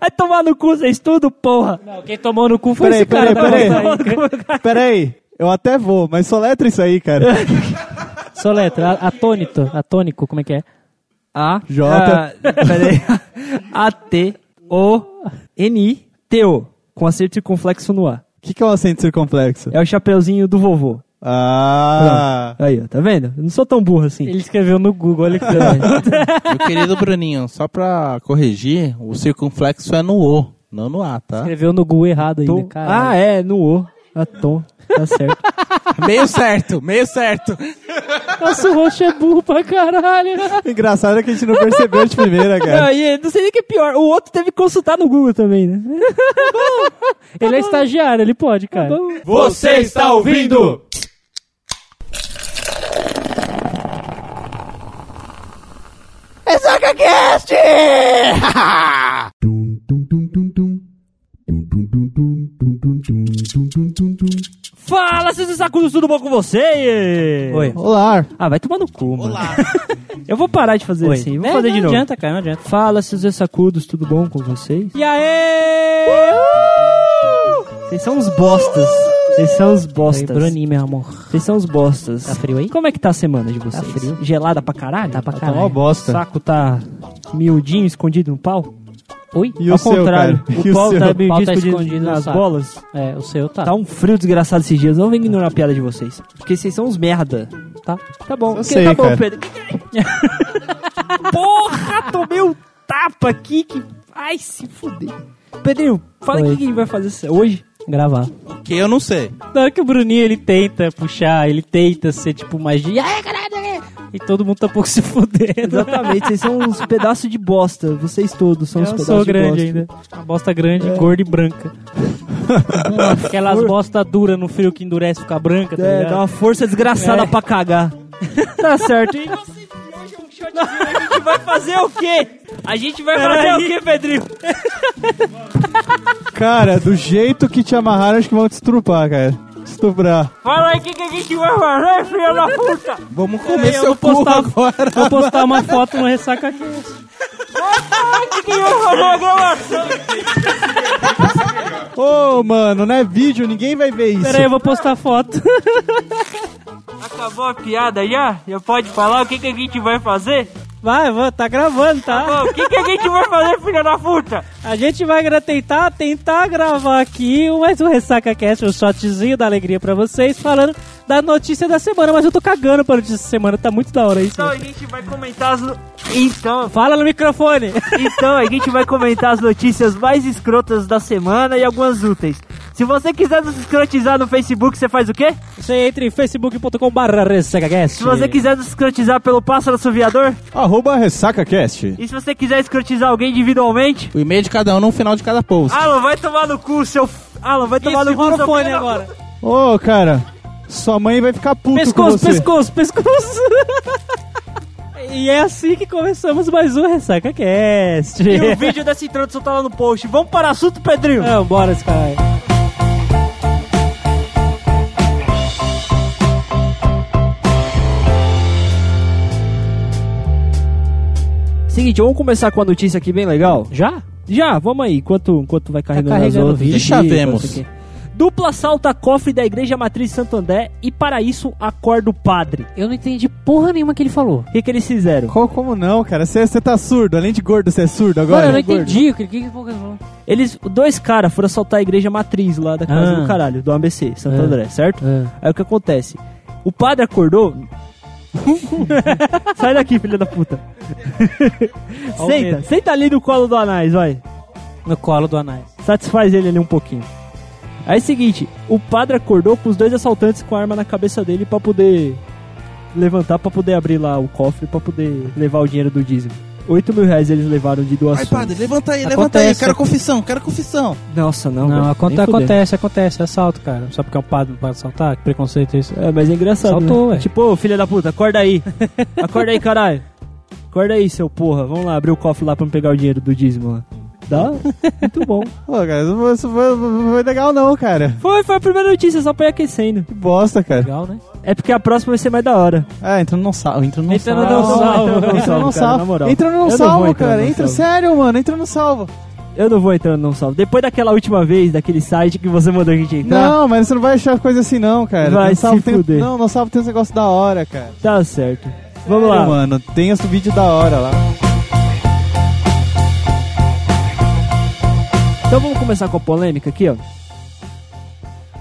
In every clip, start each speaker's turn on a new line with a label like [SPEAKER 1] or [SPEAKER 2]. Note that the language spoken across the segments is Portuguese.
[SPEAKER 1] Vai tomar no cu vocês tudo, porra.
[SPEAKER 2] Não, quem tomou no cu foi
[SPEAKER 3] Peraí,
[SPEAKER 2] esse cara. tá
[SPEAKER 3] peraí, peraí.
[SPEAKER 2] Tomou no cu.
[SPEAKER 3] Peraí, eu até vou, mas soletra isso aí, cara.
[SPEAKER 2] Soletra, a- atônito, atônico, como é que é?
[SPEAKER 1] A.
[SPEAKER 3] J.
[SPEAKER 1] ah, peraí. A, T, O, N, I, T, O. Com acerto circunflexo no A.
[SPEAKER 3] O que, que é um acento circunflexo?
[SPEAKER 1] É o chapeuzinho do vovô.
[SPEAKER 3] Ah,
[SPEAKER 1] Aí, ó, tá vendo? Eu não sou tão burro assim.
[SPEAKER 2] Ele escreveu no Google, olha que
[SPEAKER 4] Meu querido Bruninho, só pra corrigir, o circunflexo é no O, não no A, tá?
[SPEAKER 2] escreveu no Google errado ainda,
[SPEAKER 1] Tom.
[SPEAKER 2] cara.
[SPEAKER 1] Ah, é, no O. A Tom. Tá certo.
[SPEAKER 4] meio certo, meio certo.
[SPEAKER 2] Nossa, o roxo é burro pra caralho.
[SPEAKER 3] engraçado é que a gente não percebeu de primeira,
[SPEAKER 1] não,
[SPEAKER 3] cara.
[SPEAKER 1] e não sei nem o que é pior. O outro teve que consultar no Google também, né?
[SPEAKER 2] Ele é estagiário, ele pode, cara.
[SPEAKER 5] Você está ouvindo?
[SPEAKER 1] Fala, seus sacudos, tudo bom com vocês? Oi.
[SPEAKER 3] Olá.
[SPEAKER 1] Ah, vai tomar no cu, mano. Eu vou parar de fazer assim. Vou
[SPEAKER 2] Né,
[SPEAKER 1] fazer
[SPEAKER 2] não
[SPEAKER 1] de novo.
[SPEAKER 2] adianta, cara, não adianta.
[SPEAKER 1] Fala, seus sacudos, tudo bom com vocês?
[SPEAKER 2] E aê!
[SPEAKER 1] Vocês são uns bostas. Vocês são uns bostas.
[SPEAKER 2] Bruninho, meu amor.
[SPEAKER 1] Vocês são uns bostas.
[SPEAKER 2] Tá frio aí?
[SPEAKER 1] Como é que tá a semana de vocês?
[SPEAKER 2] Tá frio.
[SPEAKER 1] Gelada pra caralho?
[SPEAKER 2] Tá pra
[SPEAKER 1] O
[SPEAKER 3] Ó,
[SPEAKER 2] caralho.
[SPEAKER 3] bosta.
[SPEAKER 1] saco tá miudinho, escondido no pau?
[SPEAKER 2] Oi?
[SPEAKER 3] E
[SPEAKER 1] Ao
[SPEAKER 3] o seu,
[SPEAKER 1] contrário,
[SPEAKER 3] cara?
[SPEAKER 1] o
[SPEAKER 3] E o
[SPEAKER 1] pau
[SPEAKER 3] seu?
[SPEAKER 1] tá
[SPEAKER 2] O pau
[SPEAKER 1] miudinho,
[SPEAKER 2] tá
[SPEAKER 1] escondido,
[SPEAKER 2] escondido no
[SPEAKER 1] nas
[SPEAKER 2] saco.
[SPEAKER 1] bolas.
[SPEAKER 2] É, o seu tá.
[SPEAKER 1] Tá um frio desgraçado esses dias. Não vem ignorar a piada de vocês. Porque vocês são uns merda.
[SPEAKER 2] tá.
[SPEAKER 1] Tá bom.
[SPEAKER 3] Eu
[SPEAKER 1] Que-
[SPEAKER 3] sei,
[SPEAKER 1] tá bom,
[SPEAKER 3] cara.
[SPEAKER 1] Pedro. Porra, tomei um tapa aqui que vai se fuder. Pedrinho, fala
[SPEAKER 2] Oi.
[SPEAKER 1] o que que a gente vai fazer hoje.
[SPEAKER 2] Gravar.
[SPEAKER 4] O que eu não sei.
[SPEAKER 2] Na hora um que o Bruninho ele tenta puxar, ele tenta ser tipo magia. Ai, caralho! ai. E todo mundo tá pouco se fudendo.
[SPEAKER 1] Exatamente, vocês são uns pedaços de bosta. Vocês todos são uns
[SPEAKER 2] Eu
[SPEAKER 1] pedaços
[SPEAKER 2] sou
[SPEAKER 1] de
[SPEAKER 2] grande
[SPEAKER 1] bosta. É.
[SPEAKER 2] ainda. Uma bosta grande, gorda e branca. Aquelas bosta dura no frio que endurece fica branca, tá
[SPEAKER 1] É,
[SPEAKER 2] ligado?
[SPEAKER 1] dá uma força desgraçada
[SPEAKER 2] É.
[SPEAKER 1] pra cagar. tá certo. E vocês me um shotzinho. A gente vai fazer o quê? A gente vai fazer o quê, Pedrinho?
[SPEAKER 3] Cara, do jeito que te amarraram, acho que vão te estrupar, cara. Estuprar.
[SPEAKER 1] Fala aí o que, que a gente vai fazer, filha da puta.
[SPEAKER 4] Vamos comer
[SPEAKER 2] eu
[SPEAKER 4] seu
[SPEAKER 2] vou
[SPEAKER 4] cu
[SPEAKER 2] postar-
[SPEAKER 4] agora.
[SPEAKER 2] Vou postar uma foto no Ressaca aqui.
[SPEAKER 3] Ô, mano, não é vídeo, ninguém vai ver isso.
[SPEAKER 2] Pera aí, eu vou postar foto.
[SPEAKER 1] Acabou a piada já? Já pode falar o que, que a gente vai fazer?
[SPEAKER 2] Vai, vai, tá gravando, tá?
[SPEAKER 1] o que, que a gente vai fazer, filha da puta?
[SPEAKER 2] A gente vai gra- tentar, tentar gravar aqui mais um Ressaca Cast, um shotzinho da alegria pra vocês, falando da notícia da semana, mas eu tô cagando pra notícia da semana, tá muito da hora isso.
[SPEAKER 1] Então a gente vai comentar as... no- Então,
[SPEAKER 2] Fala no microfone!
[SPEAKER 1] então a gente vai comentar as notícias mais escrotas da semana e algumas úteis. Se você quiser nos escrotizar no Facebook, você faz o quê?
[SPEAKER 2] Você entra em facebook.com barra
[SPEAKER 1] Se você quiser nos escrotizar pelo pássaro assoviador,
[SPEAKER 3] Arroba RessacaCast.
[SPEAKER 1] e se você quiser escrotizar alguém individualmente,
[SPEAKER 4] O e-mail de cada um no final de cada post.
[SPEAKER 1] Alan, vai tomar no cu, seu... f- Alan, vai tomar
[SPEAKER 2] Isso,
[SPEAKER 1] no cu, seu
[SPEAKER 2] microfone
[SPEAKER 1] filho da-
[SPEAKER 2] agora.
[SPEAKER 3] Ô, cara, sua mãe vai ficar puta com
[SPEAKER 2] Pescoço,
[SPEAKER 3] você.
[SPEAKER 2] pescoço, pescoço. e é assim que começamos mais um Ressaca Cast.
[SPEAKER 1] E o vídeo dessa introdução tá lá no post. Vamos para o assunto, Pedrinho.
[SPEAKER 2] Não, bora, esse caralho.
[SPEAKER 1] Seguinte, vamos começar com uma notícia aqui bem legal.
[SPEAKER 2] Já?
[SPEAKER 1] Já, vamos aí, enquanto, enquanto vai carregando,
[SPEAKER 2] carregando
[SPEAKER 1] as
[SPEAKER 2] o vídeo.
[SPEAKER 1] outras.
[SPEAKER 4] Deixa
[SPEAKER 1] aqui,
[SPEAKER 4] vemos.
[SPEAKER 1] isso aqui. Dupla salta cofre da Igreja Matriz Santander e para isso acorda o padre.
[SPEAKER 2] Eu não entendi porra nenhuma que ele falou.
[SPEAKER 1] O que, que eles fizeram?
[SPEAKER 3] Co- como não, cara? Você você tá surdo. Além de gordo, você é surdo agora?
[SPEAKER 2] Mano, eu não
[SPEAKER 3] Gordo.
[SPEAKER 2] entendi. O que que ele falou?
[SPEAKER 1] Eles, dois caras foram assaltar a Igreja Matriz lá da casa
[SPEAKER 2] Ah.
[SPEAKER 1] do caralho, do ABC, Santo
[SPEAKER 2] Ah.
[SPEAKER 1] André, certo? Aí o que acontece? O padre acordou. Sai daqui, filha da puta.
[SPEAKER 2] Ó o
[SPEAKER 1] senta,
[SPEAKER 2] medo.
[SPEAKER 1] senta ali no colo do Anais, vai.
[SPEAKER 2] No colo do Anais.
[SPEAKER 1] Satisfaz ele ali um pouquinho. Aí é o seguinte, o padre acordou com os dois assaltantes com a arma na cabeça dele pra poder levantar, pra poder abrir lá o cofre, pra poder levar o dinheiro do dízimo. 8 mil reais eles levaram de
[SPEAKER 4] Ai,
[SPEAKER 1] doações.
[SPEAKER 4] padre, levanta aí, levanta aí.
[SPEAKER 2] Acontece.
[SPEAKER 4] Quero confissão, quero confissão.
[SPEAKER 1] Nossa, não. tá
[SPEAKER 2] Não,
[SPEAKER 1] velho,
[SPEAKER 2] aconte-
[SPEAKER 1] nem fudendo.
[SPEAKER 2] acontece, acontece. Assalto, cara. Só porque é um padre não pode assaltar? Que preconceito é isso?
[SPEAKER 1] É, mas é engraçado.
[SPEAKER 2] Saltou,
[SPEAKER 1] né?
[SPEAKER 2] ué.
[SPEAKER 1] Tipo, ô, filha da puta, acorda aí. Acorda aí, caralho. Acorda aí, seu porra. Vamos lá abrir o cofre lá pra me pegar o dinheiro do dízimo lá. Dá? Muito bom.
[SPEAKER 3] Ô, cara, isso foi- isso foi, não foi legal não, cara.
[SPEAKER 1] Foi, foi a primeira notícia, só pra ir aquecendo.
[SPEAKER 3] Que bosta, cara.
[SPEAKER 2] Legal, né?
[SPEAKER 1] É porque a próxima vai ser mais da hora.
[SPEAKER 3] Ah, entra no salvo. Entra no
[SPEAKER 2] Entra no
[SPEAKER 3] salvo.
[SPEAKER 2] salvo.
[SPEAKER 3] Entra no
[SPEAKER 1] cara, na
[SPEAKER 3] salvo.
[SPEAKER 1] moral.
[SPEAKER 3] Entra
[SPEAKER 1] Eu
[SPEAKER 3] no
[SPEAKER 1] não vou
[SPEAKER 3] salvo,
[SPEAKER 1] entrar
[SPEAKER 3] cara.
[SPEAKER 1] no Tá.
[SPEAKER 3] Entra,
[SPEAKER 1] salvo.
[SPEAKER 3] sério, mano. Entra no salvo.
[SPEAKER 1] Eu não vou entrando não salvo. Depois daquela última vez, daquele site que você mandou a gente entrar,
[SPEAKER 3] Não, mas você não vai achar coisa assim, não, cara.
[SPEAKER 1] Vai
[SPEAKER 3] Tem salvo,
[SPEAKER 1] se
[SPEAKER 3] tem- um
[SPEAKER 1] fuder.
[SPEAKER 3] Não, não salvo tem uns negócios da hora, cara.
[SPEAKER 1] tá certo. Vamos lá.
[SPEAKER 3] Sério, mano, tem esse vídeo da hora lá.
[SPEAKER 1] Então vamos começar com a polêmica aqui, ó.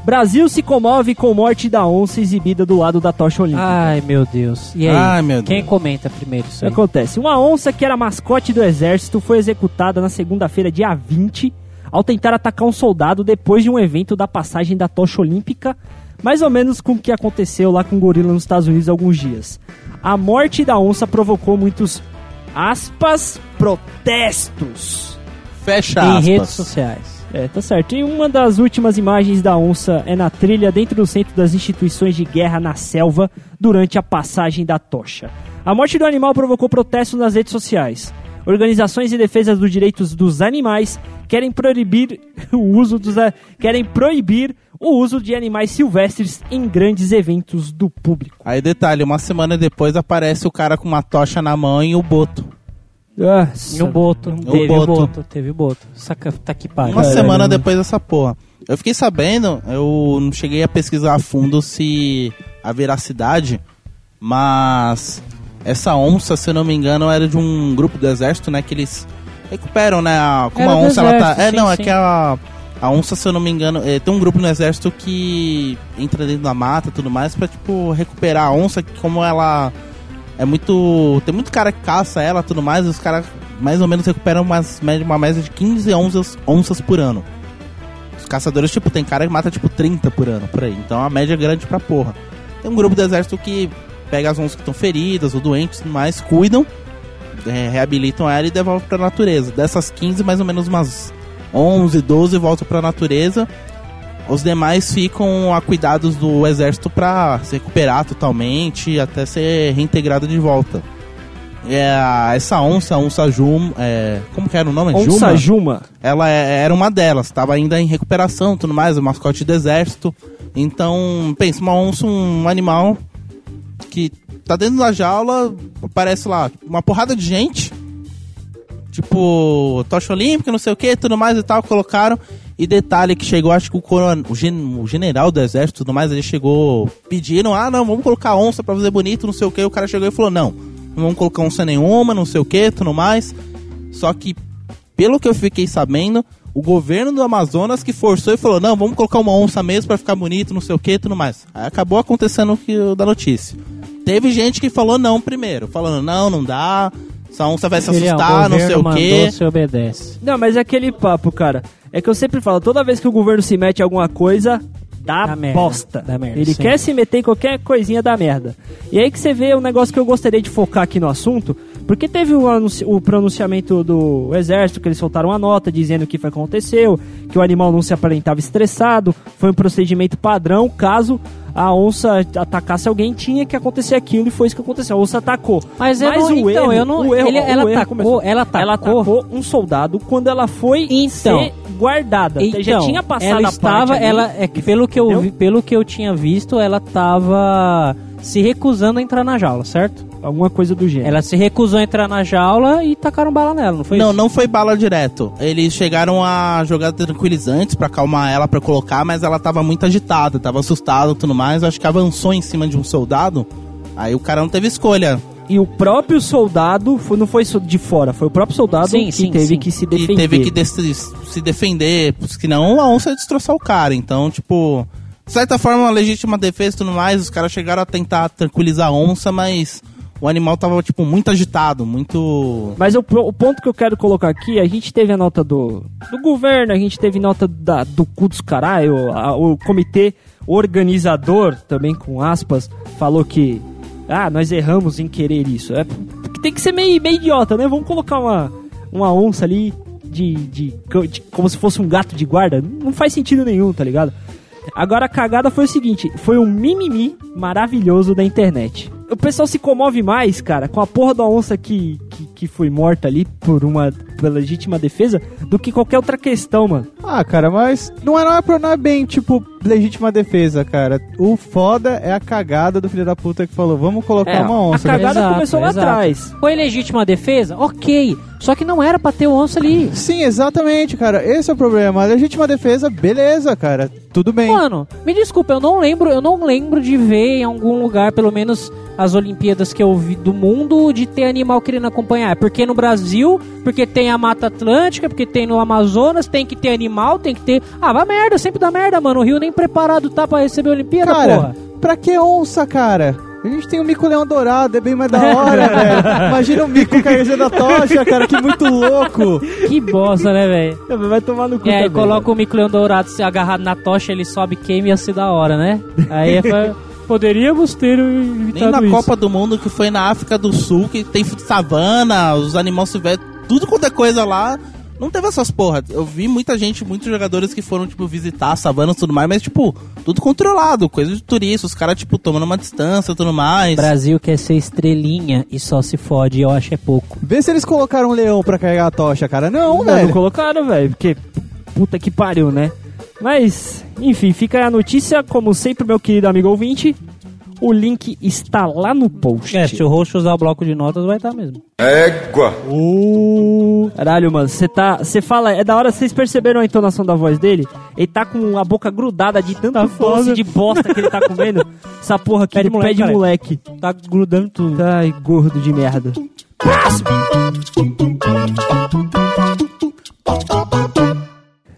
[SPEAKER 1] Brasil se comove com morte da onça exibida do lado da tocha olímpica.
[SPEAKER 2] Ai, meu Deus. É E aí?
[SPEAKER 4] Ai, meu
[SPEAKER 2] Quem
[SPEAKER 4] Deus.
[SPEAKER 2] comenta primeiro isso
[SPEAKER 1] Isso
[SPEAKER 2] aí?
[SPEAKER 1] acontece. Uma onça que era mascote do exército foi executada na segunda-feira, dia 20, ao tentar atacar um soldado depois de um evento da passagem da tocha olímpica, mais ou menos com o que aconteceu lá com o gorila nos Estados Unidos há alguns dias. A morte da onça provocou muitos aspas protestos.
[SPEAKER 4] Fecha
[SPEAKER 2] Em
[SPEAKER 4] aspas.
[SPEAKER 2] redes sociais.
[SPEAKER 1] É, tá certo. E uma das últimas imagens da onça é na trilha dentro do centro das instituições de guerra na selva durante a passagem da tocha. A morte do animal provocou protestos nas redes sociais. Organizações de defesa dos direitos dos animais querem proibir o uso dos a- querem proibir o uso de animais silvestres em grandes eventos do público.
[SPEAKER 4] Aí detalhe, uma semana depois aparece o cara com uma tocha na mão e o boto.
[SPEAKER 2] E
[SPEAKER 1] um
[SPEAKER 2] o Boto. Teve o
[SPEAKER 4] Boto.
[SPEAKER 2] Boto. Teve o Boto. Saca, tá que pariu.
[SPEAKER 4] Uma
[SPEAKER 1] Caralho,
[SPEAKER 4] semana
[SPEAKER 1] mano.
[SPEAKER 4] depois dessa porra. Eu fiquei sabendo, eu não cheguei a pesquisar a fundo se a veracidade, mas essa onça, se eu não me engano, era de um grupo do exército, né? Que eles recuperam, né? a- Como
[SPEAKER 2] Era
[SPEAKER 4] a
[SPEAKER 2] do
[SPEAKER 4] onça, ela tá.
[SPEAKER 2] exército,
[SPEAKER 4] É,
[SPEAKER 2] sim,
[SPEAKER 4] não, é
[SPEAKER 2] sim.
[SPEAKER 4] que a, a onça, se eu não me engano, é, tem um grupo no exército que entra dentro da mata e tudo mais pra, tipo, recuperar a onça, que como ela é muito. Tem muito cara que caça ela e tudo mais, e os caras mais ou menos recuperam umas, média- uma média de 15 onças, onças por ano. Os caçadores, tipo, tem cara que mata tipo 30 por ano, por aí. Então é uma média grande pra porra. Tem um grupo do exército que pega as onças que estão feridas ou doentes e tudo mais, cuidam, é, reabilitam ela e devolvem pra natureza. Dessas 15, mais ou menos umas 11, 12 voltam pra natureza. Os demais ficam a cuidados do exército pra se recuperar totalmente até ser reintegrado de volta. É, essa onça, a onça Juma, é, como que era o nome?
[SPEAKER 1] Onça
[SPEAKER 4] Juma?
[SPEAKER 1] Juma.
[SPEAKER 4] ela é- era uma delas, estava ainda em recuperação tudo mais, o mascote do exército. Então, pensa, uma onça, um animal que tá dentro da jaula, aparece lá uma porrada de gente, tipo, tocha olímpica, não sei o que, tudo mais e tal, colocaram. E detalhe que chegou, acho que o, coron... o, gen- o general do exército e tudo mais, ele chegou pedindo, ah não, vamos colocar onça pra fazer bonito, não sei o que. O cara chegou e falou, não, não vamos colocar onça nenhuma, não sei o que, tudo mais. Só que, pelo que eu fiquei sabendo, o governo do Amazonas que forçou e falou: não, vamos colocar uma onça mesmo pra ficar bonito, não sei o que e tudo mais. Aí acabou acontecendo o que o da notícia. Teve gente que falou não primeiro, falando: não, não dá, essa onça vai se
[SPEAKER 2] Filhão,
[SPEAKER 4] Tá assustar, não sei
[SPEAKER 2] é um governo
[SPEAKER 4] o que.
[SPEAKER 2] mandou, Você obedece.
[SPEAKER 1] Não, mas é aquele papo, cara. É que eu sempre falo, toda vez que o governo se mete em alguma coisa, dá,
[SPEAKER 2] Dá merda,
[SPEAKER 1] bosta.
[SPEAKER 2] dá merda,
[SPEAKER 1] Ele
[SPEAKER 2] sim.
[SPEAKER 1] quer se meter em qualquer coisinha da merda. E aí que você vê um negócio que eu gostaria de focar aqui no assunto, porque teve o, anunci- o pronunciamento do exército, que eles soltaram uma nota dizendo o que foi que aconteceu, que o animal não se aparentava estressado, foi um procedimento padrão, caso a onça atacasse alguém, tinha que acontecer aquilo e foi isso que aconteceu. A onça atacou.
[SPEAKER 2] Mas eu não-
[SPEAKER 1] o
[SPEAKER 2] então,
[SPEAKER 1] erro-
[SPEAKER 2] eu não-
[SPEAKER 1] o erro-
[SPEAKER 2] ele- ela
[SPEAKER 1] o erro
[SPEAKER 2] atacou-
[SPEAKER 1] começou-
[SPEAKER 2] ela atacou-
[SPEAKER 1] ela atacou atacou um soldado quando ela foi
[SPEAKER 2] Então.
[SPEAKER 1] ser guardada.
[SPEAKER 2] Então,
[SPEAKER 1] já tinha passado
[SPEAKER 2] ela
[SPEAKER 1] a
[SPEAKER 2] estava,
[SPEAKER 1] parte ali.
[SPEAKER 2] ela é que pelo que eu
[SPEAKER 1] Entendeu?
[SPEAKER 2] vi, pelo que eu tinha visto, ela estava se recusando a entrar na jaula, certo?
[SPEAKER 1] alguma coisa do gênero.
[SPEAKER 2] Ela se recusou a entrar na jaula e tacaram bala nela, não foi
[SPEAKER 4] Não,
[SPEAKER 2] isso?
[SPEAKER 4] não foi bala direto. Eles chegaram a jogar tranquilizantes pra acalmar ela, pra colocar, mas ela tava muito agitada, tava assustada e tudo mais. Acho que avançou em cima de um soldado. Aí o cara não teve escolha.
[SPEAKER 1] E o próprio soldado foi- não foi so- de fora, foi o próprio soldado
[SPEAKER 2] Sim,
[SPEAKER 1] que
[SPEAKER 2] sim,
[SPEAKER 1] teve
[SPEAKER 2] sim.
[SPEAKER 1] que se
[SPEAKER 4] E
[SPEAKER 1] defender.
[SPEAKER 4] teve que des- se defender, senão a onça ia destroçar o cara. Então, tipo, de certa forma, uma legítima defesa e tudo mais. Os caras chegaram a tentar tranquilizar a onça, mas o animal tava, tipo, muito agitado, muito.
[SPEAKER 1] Mas o, pro- o ponto que eu quero colocar aqui, a gente teve a nota do, do governo, a gente teve nota da- do cu dos caralho, a- o comitê organizador, também com aspas, falou que, ah, nós erramos em querer isso. É, porque tem que ser meio, meio idiota, né? Vamos colocar uma, uma onça ali de, de, co- de- como se fosse um gato de guarda. Não faz sentido nenhum, tá ligado? Agora a cagada foi o seguinte, foi um mimimi maravilhoso da internet. O pessoal se comove mais, cara, com a porra da onça que, que, que foi morta ali por uma pela legítima defesa do que qualquer outra questão, mano.
[SPEAKER 3] Ah, cara, mas não é, não é, não é bem, tipo, legítima defesa, cara. O foda é a cagada do filho da puta que falou, vamos colocar
[SPEAKER 1] É,
[SPEAKER 3] uma
[SPEAKER 1] A
[SPEAKER 3] onça. né?
[SPEAKER 1] cagada
[SPEAKER 2] Exato,
[SPEAKER 1] começou lá
[SPEAKER 2] exato.
[SPEAKER 1] atrás.
[SPEAKER 2] Foi legítima a defesa? Ok. Só que não era pra ter o onça ali.
[SPEAKER 3] Sim, exatamente, cara. Esse é o problema. Legítima defesa, beleza, cara. Tudo bem.
[SPEAKER 2] Mano, me desculpa, eu não lembro, eu não lembro de ver em algum lugar, pelo menos as Olimpíadas que eu vi do mundo, de ter animal querendo acompanhar. É Porque no Brasil, porque tem a Mata Atlântica, porque tem no Amazonas, tem que ter animal, tem que ter. Ah, vai merda, sempre dá merda, mano. O Rio nem preparado tá pra receber a Olimpíada,
[SPEAKER 3] cara,
[SPEAKER 2] porra.
[SPEAKER 3] pra que onça, cara? A gente tem o mico leão dourado, é bem mais da hora, velho. Imagina o mico caindo da tocha, cara, que muito louco.
[SPEAKER 2] Que bosta, né, velho?
[SPEAKER 1] Vai tomar no cu
[SPEAKER 2] E aí
[SPEAKER 1] também.
[SPEAKER 2] coloca o micro-leão dourado se agarrado na tocha, ele sobe, queima e ia ser da hora, né? Aí foi... poderíamos ter
[SPEAKER 4] Nem
[SPEAKER 2] evitado
[SPEAKER 4] na
[SPEAKER 2] isso.
[SPEAKER 4] Copa do Mundo que foi na África do Sul, que tem savana, os animais silvestres, tudo quanto é coisa lá. Não teve essas porra. Eu vi muita gente, muitos jogadores que foram, tipo, visitar a savana e tudo mais, mas, tipo, tudo controlado, coisa de turista, os caras, tipo, tomando uma distância e tudo mais.
[SPEAKER 2] Brasil quer ser estrelinha e só se fode, eu acho é pouco.
[SPEAKER 3] Vê se eles colocaram um leão pra carregar a tocha, cara. Não,
[SPEAKER 1] Não,
[SPEAKER 3] velho.
[SPEAKER 1] não colocaram, velho, porque puta que pariu, né? Mas, enfim, fica aí a notícia, como sempre, meu querido amigo ouvinte. O link está lá no post.
[SPEAKER 2] É, se o roxo usar o bloco de notas, vai estar mesmo.
[SPEAKER 5] Égua.
[SPEAKER 1] Caralho, mano, você tá. Você fala, é da hora, vocês perceberam a entonação da voz dele? Ele tá com a boca grudada de tanto doce
[SPEAKER 2] foda.
[SPEAKER 1] de bosta que ele tá comendo. Essa porra aqui
[SPEAKER 2] Pé de
[SPEAKER 1] do pé
[SPEAKER 2] moleque,
[SPEAKER 1] de
[SPEAKER 2] cara.
[SPEAKER 1] moleque.
[SPEAKER 2] Tá grudando tudo.
[SPEAKER 1] Ai, gordo de merda.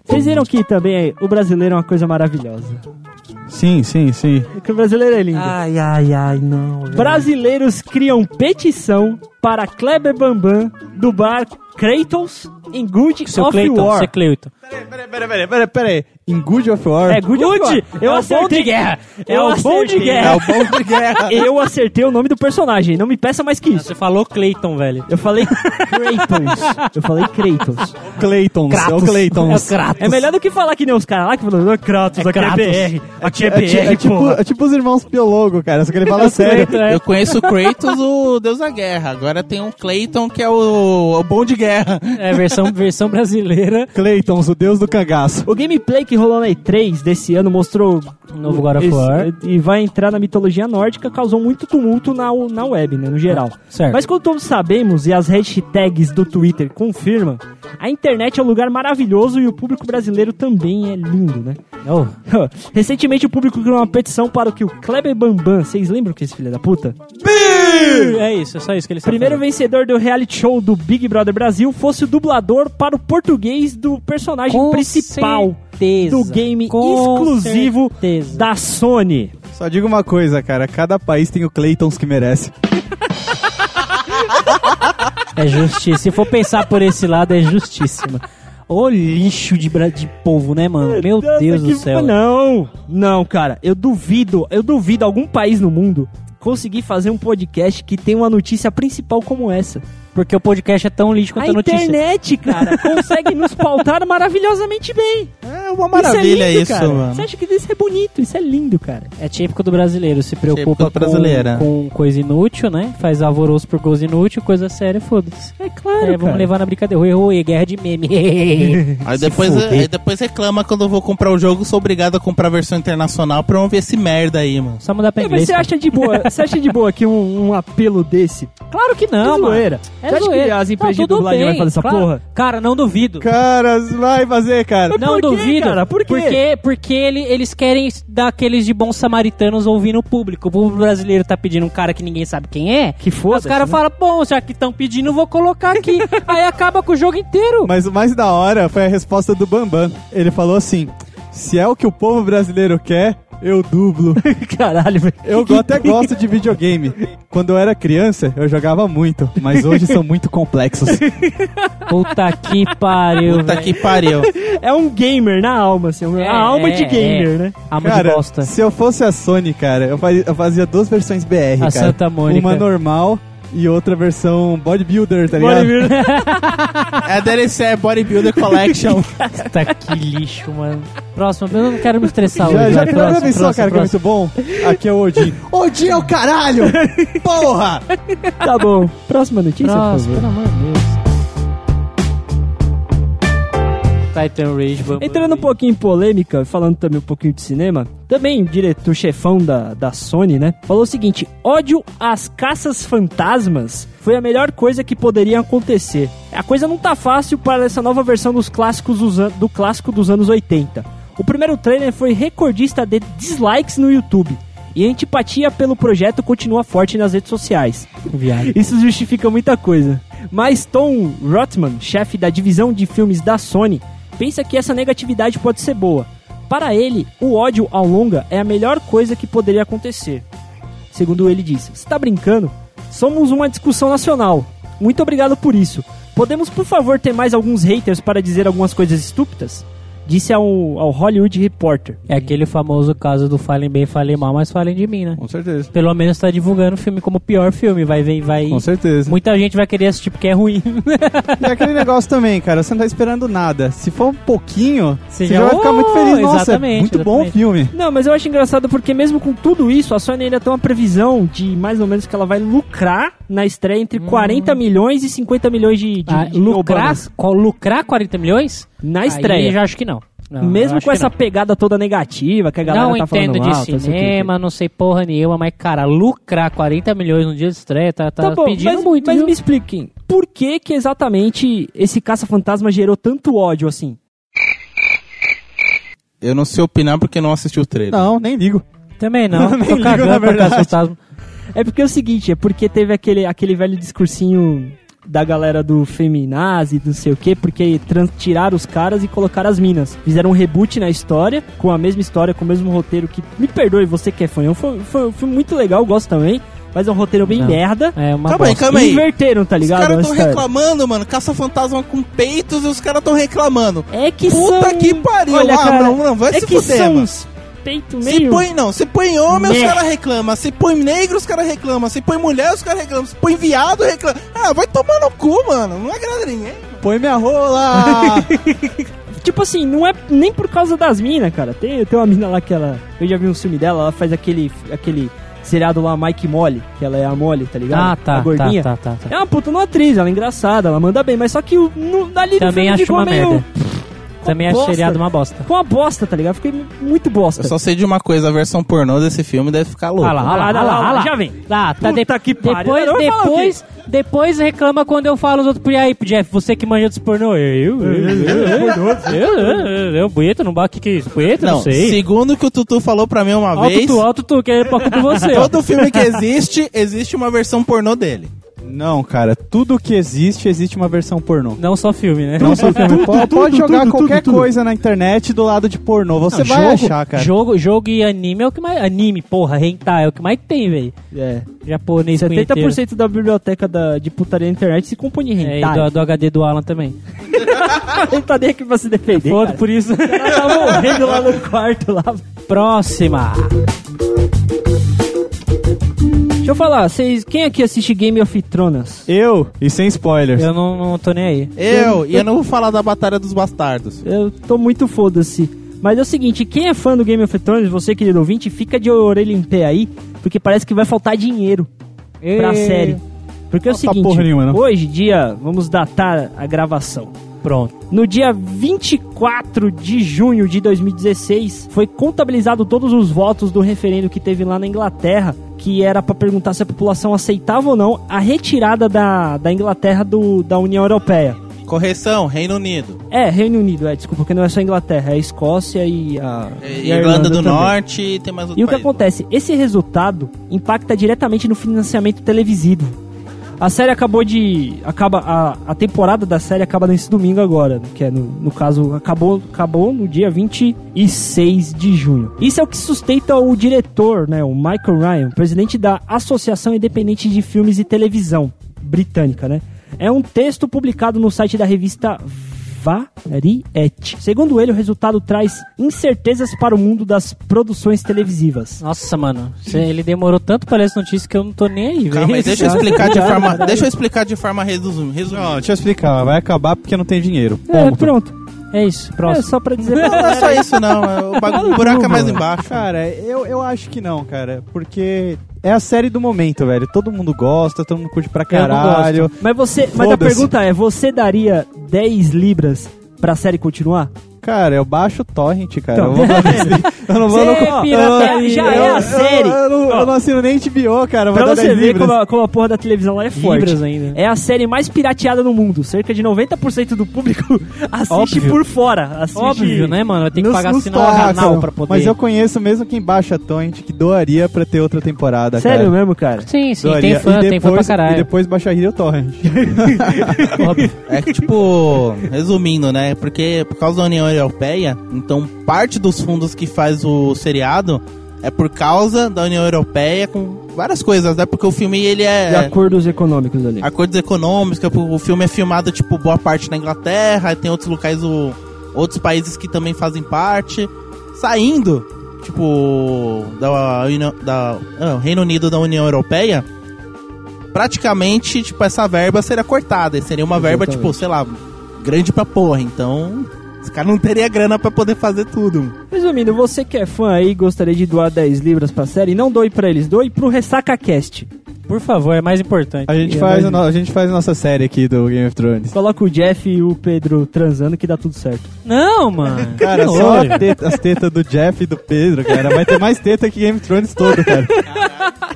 [SPEAKER 1] Vocês viram que também o brasileiro é uma coisa maravilhosa.
[SPEAKER 3] Sim, sim, sim.
[SPEAKER 1] Porque o brasileiro é lindo.
[SPEAKER 2] Ai, ai, ai, não.
[SPEAKER 1] Brasileiros criam petição para Kleber Bambam do bar Kratos em Good
[SPEAKER 2] Seu
[SPEAKER 1] of
[SPEAKER 2] Cleiton,
[SPEAKER 1] War.
[SPEAKER 2] seu Cleiton.
[SPEAKER 3] Peraí, peraí, peraí, peraí, peraí. Em Good of War.
[SPEAKER 1] É Good, of
[SPEAKER 2] Good,
[SPEAKER 1] War.
[SPEAKER 2] é
[SPEAKER 1] Eu
[SPEAKER 2] o bom
[SPEAKER 1] acertei.
[SPEAKER 2] de guerra.
[SPEAKER 1] Eu
[SPEAKER 2] É o bom
[SPEAKER 1] acertei.
[SPEAKER 2] de guerra.
[SPEAKER 4] É o bom de guerra.
[SPEAKER 1] Eu acertei o nome do personagem. Não me peça mais que isso.
[SPEAKER 2] Você falou Cleiton, velho.
[SPEAKER 1] Eu falei Kratos. Eu falei Kratos.
[SPEAKER 3] Claytons. É o Claytons.
[SPEAKER 2] É o Kratos.
[SPEAKER 1] É melhor do que falar que nem os caras lá que falam, "Ah, Kratos,
[SPEAKER 2] É
[SPEAKER 1] aqui é
[SPEAKER 2] Kratos.
[SPEAKER 1] BR, aqui é
[SPEAKER 3] É, ti- é
[SPEAKER 1] BR,
[SPEAKER 3] tipo,
[SPEAKER 1] porra.
[SPEAKER 3] é tipo os irmãos Piologo, cara, só que ele fala sério.
[SPEAKER 2] Cleiton, é.
[SPEAKER 4] Eu conheço o Kratos, o deus da guerra. Agora tem um Clayton que é o, o bom de guerra.
[SPEAKER 2] É versão, versão brasileira.
[SPEAKER 3] Claytons, o deus do cagaço.
[SPEAKER 1] O gameplay que rolou na E3 desse ano mostrou.
[SPEAKER 2] Um Novo God of
[SPEAKER 1] esse-
[SPEAKER 2] War.
[SPEAKER 1] E vai entrar na mitologia nórdica, causou muito tumulto na, na web, né, no geral.
[SPEAKER 2] Ah, Certo.
[SPEAKER 1] Mas como todos sabemos, e as hashtags do Twitter confirmam, a internet é um lugar maravilhoso e o público brasileiro também é lindo, né?
[SPEAKER 2] Oh,
[SPEAKER 1] Recentemente o público criou uma petição para que o Kleber Bambam, vocês lembram que esse filho da puta?
[SPEAKER 2] é isso, é só isso que ele sabe.
[SPEAKER 1] Primeiro vencedor do reality show do Big Brother Brasil fosse o dublador para o português do personagem principal
[SPEAKER 2] certeza.
[SPEAKER 1] do game
[SPEAKER 2] Com
[SPEAKER 1] exclusivo
[SPEAKER 2] certeza.
[SPEAKER 1] da Sony.
[SPEAKER 3] Só digo uma coisa, cara, cada país tem o Claytons que merece.
[SPEAKER 2] É justiça. Se for pensar por esse lado, é justíssima. Ô lixo de, bra- de povo, né, mano? Meu
[SPEAKER 1] Nossa,
[SPEAKER 2] Deus
[SPEAKER 1] que
[SPEAKER 2] do céu.
[SPEAKER 1] Não, não, cara, eu duvido, eu duvido algum país no mundo conseguir fazer um podcast que tem uma notícia principal como essa.
[SPEAKER 2] Porque o podcast é tão lixo quanto a,
[SPEAKER 1] a
[SPEAKER 2] notícia.
[SPEAKER 1] internet, cara, consegue nos pautar maravilhosamente bem.
[SPEAKER 4] É uma
[SPEAKER 1] isso
[SPEAKER 4] maravilha
[SPEAKER 1] é
[SPEAKER 4] isso,
[SPEAKER 1] lindo, cara.
[SPEAKER 4] mano.
[SPEAKER 1] Você acha que isso é bonito? Isso é lindo, cara.
[SPEAKER 2] É típico do brasileiro, se preocupa
[SPEAKER 4] Típico do brasileiro.
[SPEAKER 2] Com, com coisa inútil, né? Faz alvoroço por gols inútil, coisa séria, foda-se.
[SPEAKER 1] É claro,
[SPEAKER 2] É, vamos
[SPEAKER 1] cara.
[SPEAKER 2] levar na brincadeira. Oi, oi, guerra de meme.
[SPEAKER 4] Aí depois, é,
[SPEAKER 2] fuder.
[SPEAKER 4] aí depois reclama quando eu vou comprar o jogo, sou obrigado a comprar a versão internacional pra eu não ver esse merda aí, mano.
[SPEAKER 2] Só mudar pra
[SPEAKER 1] É, mas
[SPEAKER 2] inglês.
[SPEAKER 1] você
[SPEAKER 2] cara.
[SPEAKER 1] acha de boa? Você acha de boa que um, um apelo desse?
[SPEAKER 2] Claro que não,
[SPEAKER 1] é
[SPEAKER 2] mano.
[SPEAKER 1] zoeira.
[SPEAKER 2] É
[SPEAKER 1] você acha
[SPEAKER 2] zoeira.
[SPEAKER 1] que as empresas
[SPEAKER 2] Não,
[SPEAKER 1] de
[SPEAKER 2] tudo
[SPEAKER 1] dublagem
[SPEAKER 2] bem,
[SPEAKER 1] vai fazer essa
[SPEAKER 2] claro.
[SPEAKER 1] porra?
[SPEAKER 2] Cara, não duvido.
[SPEAKER 3] Caras, vai fazer, cara.
[SPEAKER 2] Não
[SPEAKER 1] Por quê,
[SPEAKER 2] duvido.
[SPEAKER 1] cara? Por quê?
[SPEAKER 2] Porque, porque ele- eles querem dar aqueles de bons samaritanos ouvindo o público. O público brasileiro tá pedindo um cara que ninguém sabe quem é.
[SPEAKER 1] Que foda-se,
[SPEAKER 2] Os caras
[SPEAKER 1] né?
[SPEAKER 2] falam, bom, já que estão pedindo, vou colocar aqui. Aí acaba com o jogo inteiro.
[SPEAKER 3] Mas o mais da hora foi a resposta do Bambam. Ele falou assim: se é o que o povo brasileiro quer, eu dublo.
[SPEAKER 1] Caralho, velho.
[SPEAKER 3] Eu go- até gosto de videogame. Quando eu era criança, eu jogava muito, mas hoje são muito complexos.
[SPEAKER 2] Puta que pariu.
[SPEAKER 4] Puta
[SPEAKER 2] velho.
[SPEAKER 4] que pariu.
[SPEAKER 1] É um gamer na alma, assim.
[SPEAKER 2] É,
[SPEAKER 1] a alma de
[SPEAKER 2] é,
[SPEAKER 1] gamer,
[SPEAKER 2] é.
[SPEAKER 1] né?
[SPEAKER 2] Alma de
[SPEAKER 3] Cara,
[SPEAKER 2] bosta.
[SPEAKER 3] se eu fosse a Sony, cara, eu fazia, eu fazia duas versões BR,
[SPEAKER 2] A
[SPEAKER 3] cara.
[SPEAKER 2] Santa Mônica.
[SPEAKER 3] Uma normal e outra versão bodybuilder, tá ligado?
[SPEAKER 1] Bodybuilder.
[SPEAKER 4] É a DLC é Bodybuilder Collection.
[SPEAKER 2] Puta que lixo, mano. Próximo, eu não quero me estressar
[SPEAKER 3] Já,
[SPEAKER 2] hoje.
[SPEAKER 3] já
[SPEAKER 2] vai,
[SPEAKER 3] pensou,
[SPEAKER 2] próximo,
[SPEAKER 3] já pensou,
[SPEAKER 2] próximo,
[SPEAKER 3] cara, que é
[SPEAKER 2] próximo.
[SPEAKER 3] muito bom? Aqui é o Odin. Odin é o caralho! Porra!
[SPEAKER 1] tá bom. Próxima notícia, por
[SPEAKER 2] Próximo,
[SPEAKER 1] favor.
[SPEAKER 2] pelo amor de Deus. Titan Rage Bumblebee.
[SPEAKER 1] Entrando um pouquinho em polêmica, falando também um pouquinho de cinema, também o diretor chefão da, da Sony, né? Falou o seguinte: ódio às caças fantasmas foi a melhor coisa que poderia acontecer. A coisa não tá fácil para essa nova versão dos clássicos dos an- do clássico dos anos 80. O primeiro trailer foi recordista de dislikes no YouTube. E a antipatia pelo projeto continua forte nas redes sociais.
[SPEAKER 2] Viado.
[SPEAKER 1] Isso justifica muita coisa. Mas Tom Rotman, chefe da divisão de filmes da Sony, pensa que essa negatividade pode ser boa. Para ele, o ódio ao longa é a melhor coisa que poderia acontecer. Segundo ele disse, está brincando? Somos uma discussão nacional. Muito obrigado por isso. Podemos, por favor, ter mais alguns haters para dizer algumas coisas estúpidas? Disse ao, ao Hollywood Reporter.
[SPEAKER 2] É aquele famoso caso do falem bem, falem mal, mas falem de mim, né?
[SPEAKER 3] Com certeza.
[SPEAKER 2] Pelo menos tá divulgando o filme como o pior filme. Vai ver, vai.
[SPEAKER 3] Com certeza.
[SPEAKER 2] Muita gente vai querer assistir porque é ruim.
[SPEAKER 3] E aquele negócio também, cara, você não tá esperando nada. Se for um pouquinho,
[SPEAKER 2] Você
[SPEAKER 3] você,
[SPEAKER 2] já-
[SPEAKER 3] já vai ficar muito feliz.
[SPEAKER 2] Oh,
[SPEAKER 3] Nossa,
[SPEAKER 2] exatamente,
[SPEAKER 3] muito bom o
[SPEAKER 2] exatamente.
[SPEAKER 3] filme.
[SPEAKER 1] Não, mas eu acho engraçado porque mesmo com tudo isso, a Sony ainda tem uma previsão de mais ou menos que ela vai lucrar na estreia entre 40 milhões e 50 milhões de, de,
[SPEAKER 2] Ah,
[SPEAKER 1] de
[SPEAKER 2] lucrar,
[SPEAKER 1] obamas
[SPEAKER 2] co- lucrar 40 milhões?
[SPEAKER 1] na
[SPEAKER 2] Aí
[SPEAKER 1] estreia.
[SPEAKER 2] eu já acho que não. Não, eu
[SPEAKER 1] mesmo
[SPEAKER 2] acho
[SPEAKER 1] com
[SPEAKER 2] que
[SPEAKER 1] essa pegada toda negativa que a
[SPEAKER 2] Não,
[SPEAKER 1] galera
[SPEAKER 2] não
[SPEAKER 1] tá falando
[SPEAKER 2] entendo de
[SPEAKER 1] mal, tá, não sei o quê.
[SPEAKER 2] cinema, não sei porra nenhuma, mas, cara, lucrar 40 milhões no dia de estreia tá, tá
[SPEAKER 1] Tá bom,
[SPEAKER 2] pedindo
[SPEAKER 1] mas,
[SPEAKER 2] muito,
[SPEAKER 1] mas
[SPEAKER 2] viu?
[SPEAKER 1] me expliquem, por que que exatamente esse caça-fantasma gerou tanto ódio assim?
[SPEAKER 4] Eu não sei opinar porque não assisti o trailer.
[SPEAKER 3] Não, tá nem ligo.
[SPEAKER 2] Também não,
[SPEAKER 3] Nem
[SPEAKER 2] tô
[SPEAKER 3] ligo,
[SPEAKER 2] cagando
[SPEAKER 3] na
[SPEAKER 2] pra
[SPEAKER 3] verdade.
[SPEAKER 2] Caça Fantasma.
[SPEAKER 1] É porque é o seguinte, é porque teve aquele, aquele velho discursinho da galera do feminazi, não sei o quê, porque trans, tiraram os caras e colocaram as minas. Fizeram um reboot na história, com a mesma história, com o mesmo roteiro que... Me perdoe, você que é fã, foi, foi um filme muito legal, eu gosto também, mas é um roteiro bem
[SPEAKER 2] Não.
[SPEAKER 1] merda.
[SPEAKER 2] É uma
[SPEAKER 4] Calma aí,
[SPEAKER 2] bosta.
[SPEAKER 4] calma aí.
[SPEAKER 1] Inverteram, tá
[SPEAKER 4] Os
[SPEAKER 1] ligado?
[SPEAKER 4] caras
[SPEAKER 1] A
[SPEAKER 4] estão
[SPEAKER 1] história.
[SPEAKER 4] reclamando, mano. Caça-fantasma com peitos e os caras estão reclamando.
[SPEAKER 1] É que
[SPEAKER 4] Puta
[SPEAKER 1] são...
[SPEAKER 4] que pariu.
[SPEAKER 1] Olha,
[SPEAKER 4] ah,
[SPEAKER 1] cara,
[SPEAKER 4] não, não, vai
[SPEAKER 1] é
[SPEAKER 4] se
[SPEAKER 1] que
[SPEAKER 4] fuder,
[SPEAKER 1] são
[SPEAKER 4] mano.
[SPEAKER 1] uns peito
[SPEAKER 4] Se
[SPEAKER 1] meio...
[SPEAKER 4] põe, não. Se põe homem, os
[SPEAKER 1] Né.
[SPEAKER 4] caras reclamam. Se põe negro, os caras reclamam. Se põe mulher, os caras reclamam. Se põe viado, reclama. Ah, vai tomar no cu, mano. Não agrada ninguém.
[SPEAKER 3] Põe minha rola!
[SPEAKER 1] Tipo assim, não é nem por causa das minas, cara. Tem, tem uma mina lá que ela. Eu já vi um filme dela, ela faz aquele, aquele seriado lá, Mike Molly, que ela é a Molly, tá ligado?
[SPEAKER 2] Ah,
[SPEAKER 1] A
[SPEAKER 2] tá,
[SPEAKER 1] gordinha.
[SPEAKER 2] tá, tá, tá, tá.
[SPEAKER 1] É uma puta uma atriz, ela é engraçada, ela manda bem, mas só que o, no, ali no
[SPEAKER 2] Também
[SPEAKER 1] filme
[SPEAKER 2] acho
[SPEAKER 1] ficou
[SPEAKER 2] uma
[SPEAKER 1] meio-
[SPEAKER 2] merda. Também acho
[SPEAKER 1] bosta.
[SPEAKER 2] seriado uma bosta.
[SPEAKER 1] Ficou uma bosta, tá ligado? Fiquei muito bosta.
[SPEAKER 4] Eu só sei de uma coisa, a versão pornô desse filme deve ficar louca.
[SPEAKER 2] Ah lá, ah lá,
[SPEAKER 1] Olha lá,
[SPEAKER 2] ah lá,
[SPEAKER 1] olha
[SPEAKER 2] ah lá.
[SPEAKER 1] lá, já vem.
[SPEAKER 2] Lá, tá
[SPEAKER 1] Puta
[SPEAKER 2] de-
[SPEAKER 1] que pariu.
[SPEAKER 2] depois,
[SPEAKER 1] Eu vou falar
[SPEAKER 2] depois, depois reclama quando eu falo os outros por aí, Jeff, você que manja dos pornô. Eu, eu, eu, eu, eu, eu, eu, eu, punheta não bate, que que é isso? Punheta, não,
[SPEAKER 4] Não,
[SPEAKER 2] sei.
[SPEAKER 4] segundo o que o Tutu falou pra mim uma
[SPEAKER 2] Alto
[SPEAKER 4] vez,
[SPEAKER 2] tu, alto tu, que é pra culpa de você. ó.
[SPEAKER 4] todo filme que existe, existe uma versão pornô dele.
[SPEAKER 3] não, cara, tudo que existe, existe uma versão pornô.
[SPEAKER 2] Não só filme, né?
[SPEAKER 3] Não só filme. Pode, pode jogar
[SPEAKER 1] tudo,
[SPEAKER 3] qualquer
[SPEAKER 1] tudo.
[SPEAKER 3] coisa na internet do lado de pornô. Você vai
[SPEAKER 2] jogo,
[SPEAKER 3] achar, cara.
[SPEAKER 2] Jogo, jogo e anime é o que mais... Anime, porra, hentai é o que mais tem, velho.
[SPEAKER 1] É.
[SPEAKER 2] Japonês 70%
[SPEAKER 1] 70% da biblioteca da, de putaria na internet se compõe em
[SPEAKER 2] é, e
[SPEAKER 1] hentai.
[SPEAKER 2] do, do HD do Alan também.
[SPEAKER 1] Ele tá nem aqui pra se defender.
[SPEAKER 2] Foda
[SPEAKER 1] Cara.
[SPEAKER 2] por isso.
[SPEAKER 1] Ela tá morrendo lá no quarto, lá.
[SPEAKER 2] Próxima.
[SPEAKER 1] Deixa eu falar, vocês, quem aqui assiste Game of Thrones?
[SPEAKER 3] Eu, e sem spoilers.
[SPEAKER 2] Eu não, não tô nem aí.
[SPEAKER 4] Eu, e eu não vou falar da Batalha dos Bastardos.
[SPEAKER 1] Eu tô muito foda-se. Mas é o seguinte, quem é fã do Game of Thrones, você querido ouvinte, fica de orelha em pé aí, porque parece que vai faltar dinheiro pra
[SPEAKER 2] E-
[SPEAKER 1] série. Porque é o
[SPEAKER 3] Falta
[SPEAKER 1] seguinte,
[SPEAKER 3] porra nenhuma, né? não.
[SPEAKER 1] hoje, dia, vamos datar a gravação.
[SPEAKER 2] Pronto.
[SPEAKER 1] No dia 24 de junho de 2016, foi contabilizado todos os votos do referendo que teve lá na Inglaterra, que era pra perguntar se a população aceitava ou não a retirada da, da Inglaterra do, da União Europeia.
[SPEAKER 4] Correção, Reino Unido.
[SPEAKER 1] É, Reino Unido, é, desculpa, porque não é só a Inglaterra, é a Escócia e a.
[SPEAKER 4] É,
[SPEAKER 1] e a
[SPEAKER 4] Irlanda, do
[SPEAKER 1] também.
[SPEAKER 4] Norte e tem mais outro
[SPEAKER 1] E o que
[SPEAKER 4] país.
[SPEAKER 1] acontece? Esse resultado impacta diretamente no financiamento televisivo. A série acabou de. acaba A, a temporada da série acaba nesse domingo agora, que é no, no caso, acabou, acabou no dia 26 de junho. Isso é o que sustenta o diretor, né, o Michael Ryan, presidente da Associação Independente de Filmes e Televisão Britânica, né? É um texto publicado no site da revista Variety. Segundo ele, o resultado traz incertezas para o mundo das produções televisivas.
[SPEAKER 2] Nossa, mano. cê- ele demorou tanto pra ler essa notícia que eu não tô nem aí, velho.
[SPEAKER 4] Calma aí, deixa eu explicar de forma, deixa eu explicar de forma resum-
[SPEAKER 3] Não,
[SPEAKER 4] resumida.
[SPEAKER 3] deixa eu explicar. Vai acabar porque não tem dinheiro.
[SPEAKER 1] É,
[SPEAKER 3] Ponto.
[SPEAKER 1] pronto.
[SPEAKER 2] É isso,
[SPEAKER 1] É
[SPEAKER 2] próximo.
[SPEAKER 1] só pra dizer.
[SPEAKER 4] Não, não é só isso não, é o, bagulho, o buraco é mais embaixo.
[SPEAKER 3] Cara, eu, eu acho que não, cara. Porque é a série do momento, velho. Todo mundo gosta, todo mundo curte pra
[SPEAKER 2] Eu não gosto.
[SPEAKER 3] caralho.
[SPEAKER 1] Mas você. Mas a
[SPEAKER 3] Foda-se.
[SPEAKER 1] pergunta é: você daria 10 libras pra série continuar?
[SPEAKER 3] Cara, eu baixo o torrent, cara.
[SPEAKER 1] Então.
[SPEAKER 3] Eu, vou, eu não vou
[SPEAKER 2] Cê
[SPEAKER 3] no...
[SPEAKER 2] pirateia,
[SPEAKER 3] eu-
[SPEAKER 2] já
[SPEAKER 3] eu-
[SPEAKER 2] é a
[SPEAKER 3] eu-
[SPEAKER 2] série.
[SPEAKER 3] Eu, não, eu não assino nem HBO, cara. Vai
[SPEAKER 1] Pra
[SPEAKER 3] dar
[SPEAKER 1] você
[SPEAKER 3] 10
[SPEAKER 1] ver
[SPEAKER 3] libras.
[SPEAKER 1] como a, como a porra da televisão lá é forte.
[SPEAKER 2] Libras ainda.
[SPEAKER 1] É a série mais pirateada no mundo. Cerca de 90% do público assiste
[SPEAKER 2] Óbvio.
[SPEAKER 1] por fora. Assiste
[SPEAKER 2] Óbvio, né, mano? Vai ter que
[SPEAKER 1] nos-
[SPEAKER 2] pagar
[SPEAKER 1] nos
[SPEAKER 2] sinal
[SPEAKER 1] torres.
[SPEAKER 2] canal pra poder.
[SPEAKER 3] Mas eu conheço mesmo quem baixa a torrent que doaria pra ter outra temporada,
[SPEAKER 1] Sério
[SPEAKER 3] cara.
[SPEAKER 1] mesmo, cara?
[SPEAKER 2] Sim, sim,
[SPEAKER 3] Doaria.
[SPEAKER 2] tem fã,
[SPEAKER 3] E
[SPEAKER 2] tem fã pra
[SPEAKER 3] depois- E
[SPEAKER 2] caralho.
[SPEAKER 3] depois baixa Hero Torrent.
[SPEAKER 2] Óbvio.
[SPEAKER 4] É que, tipo, resumindo, né? Porque por causa da União Europeia, então parte dos fundos que faz o seriado é por causa da União Europeia com várias coisas, né? Porque o filme, ele
[SPEAKER 1] De
[SPEAKER 4] é...
[SPEAKER 1] acordos econômicos ali.
[SPEAKER 4] Acordos econômicos, que o filme é filmado, tipo, boa parte na Inglaterra, e tem outros locais, o- outros países que também fazem parte. Saindo, tipo, da, União- da ah, Reino Unido da União Europeia, praticamente, tipo, essa verba seria cortada. E seria uma verba,
[SPEAKER 1] Exatamente.
[SPEAKER 4] tipo, sei lá, grande pra porra. Então, esse cara não teria grana pra poder fazer tudo.
[SPEAKER 1] Resumindo, você que é fã aí e gostaria de doar 10 libras pra série, não doe pra eles, doe pro Ressaca Cast.
[SPEAKER 2] Por favor, é mais importante.
[SPEAKER 3] A gente,
[SPEAKER 1] É,
[SPEAKER 3] faz
[SPEAKER 1] mas-
[SPEAKER 3] a no- a gente faz a nossa série aqui do Game of Thrones.
[SPEAKER 1] Coloca o Jeff e o Pedro transando que dá tudo certo.
[SPEAKER 2] Não, mano.
[SPEAKER 3] Cara, só a teta- as tetas do Jeff e do Pedro, cara. Vai ter mais teta que Game of Thrones todo, cara.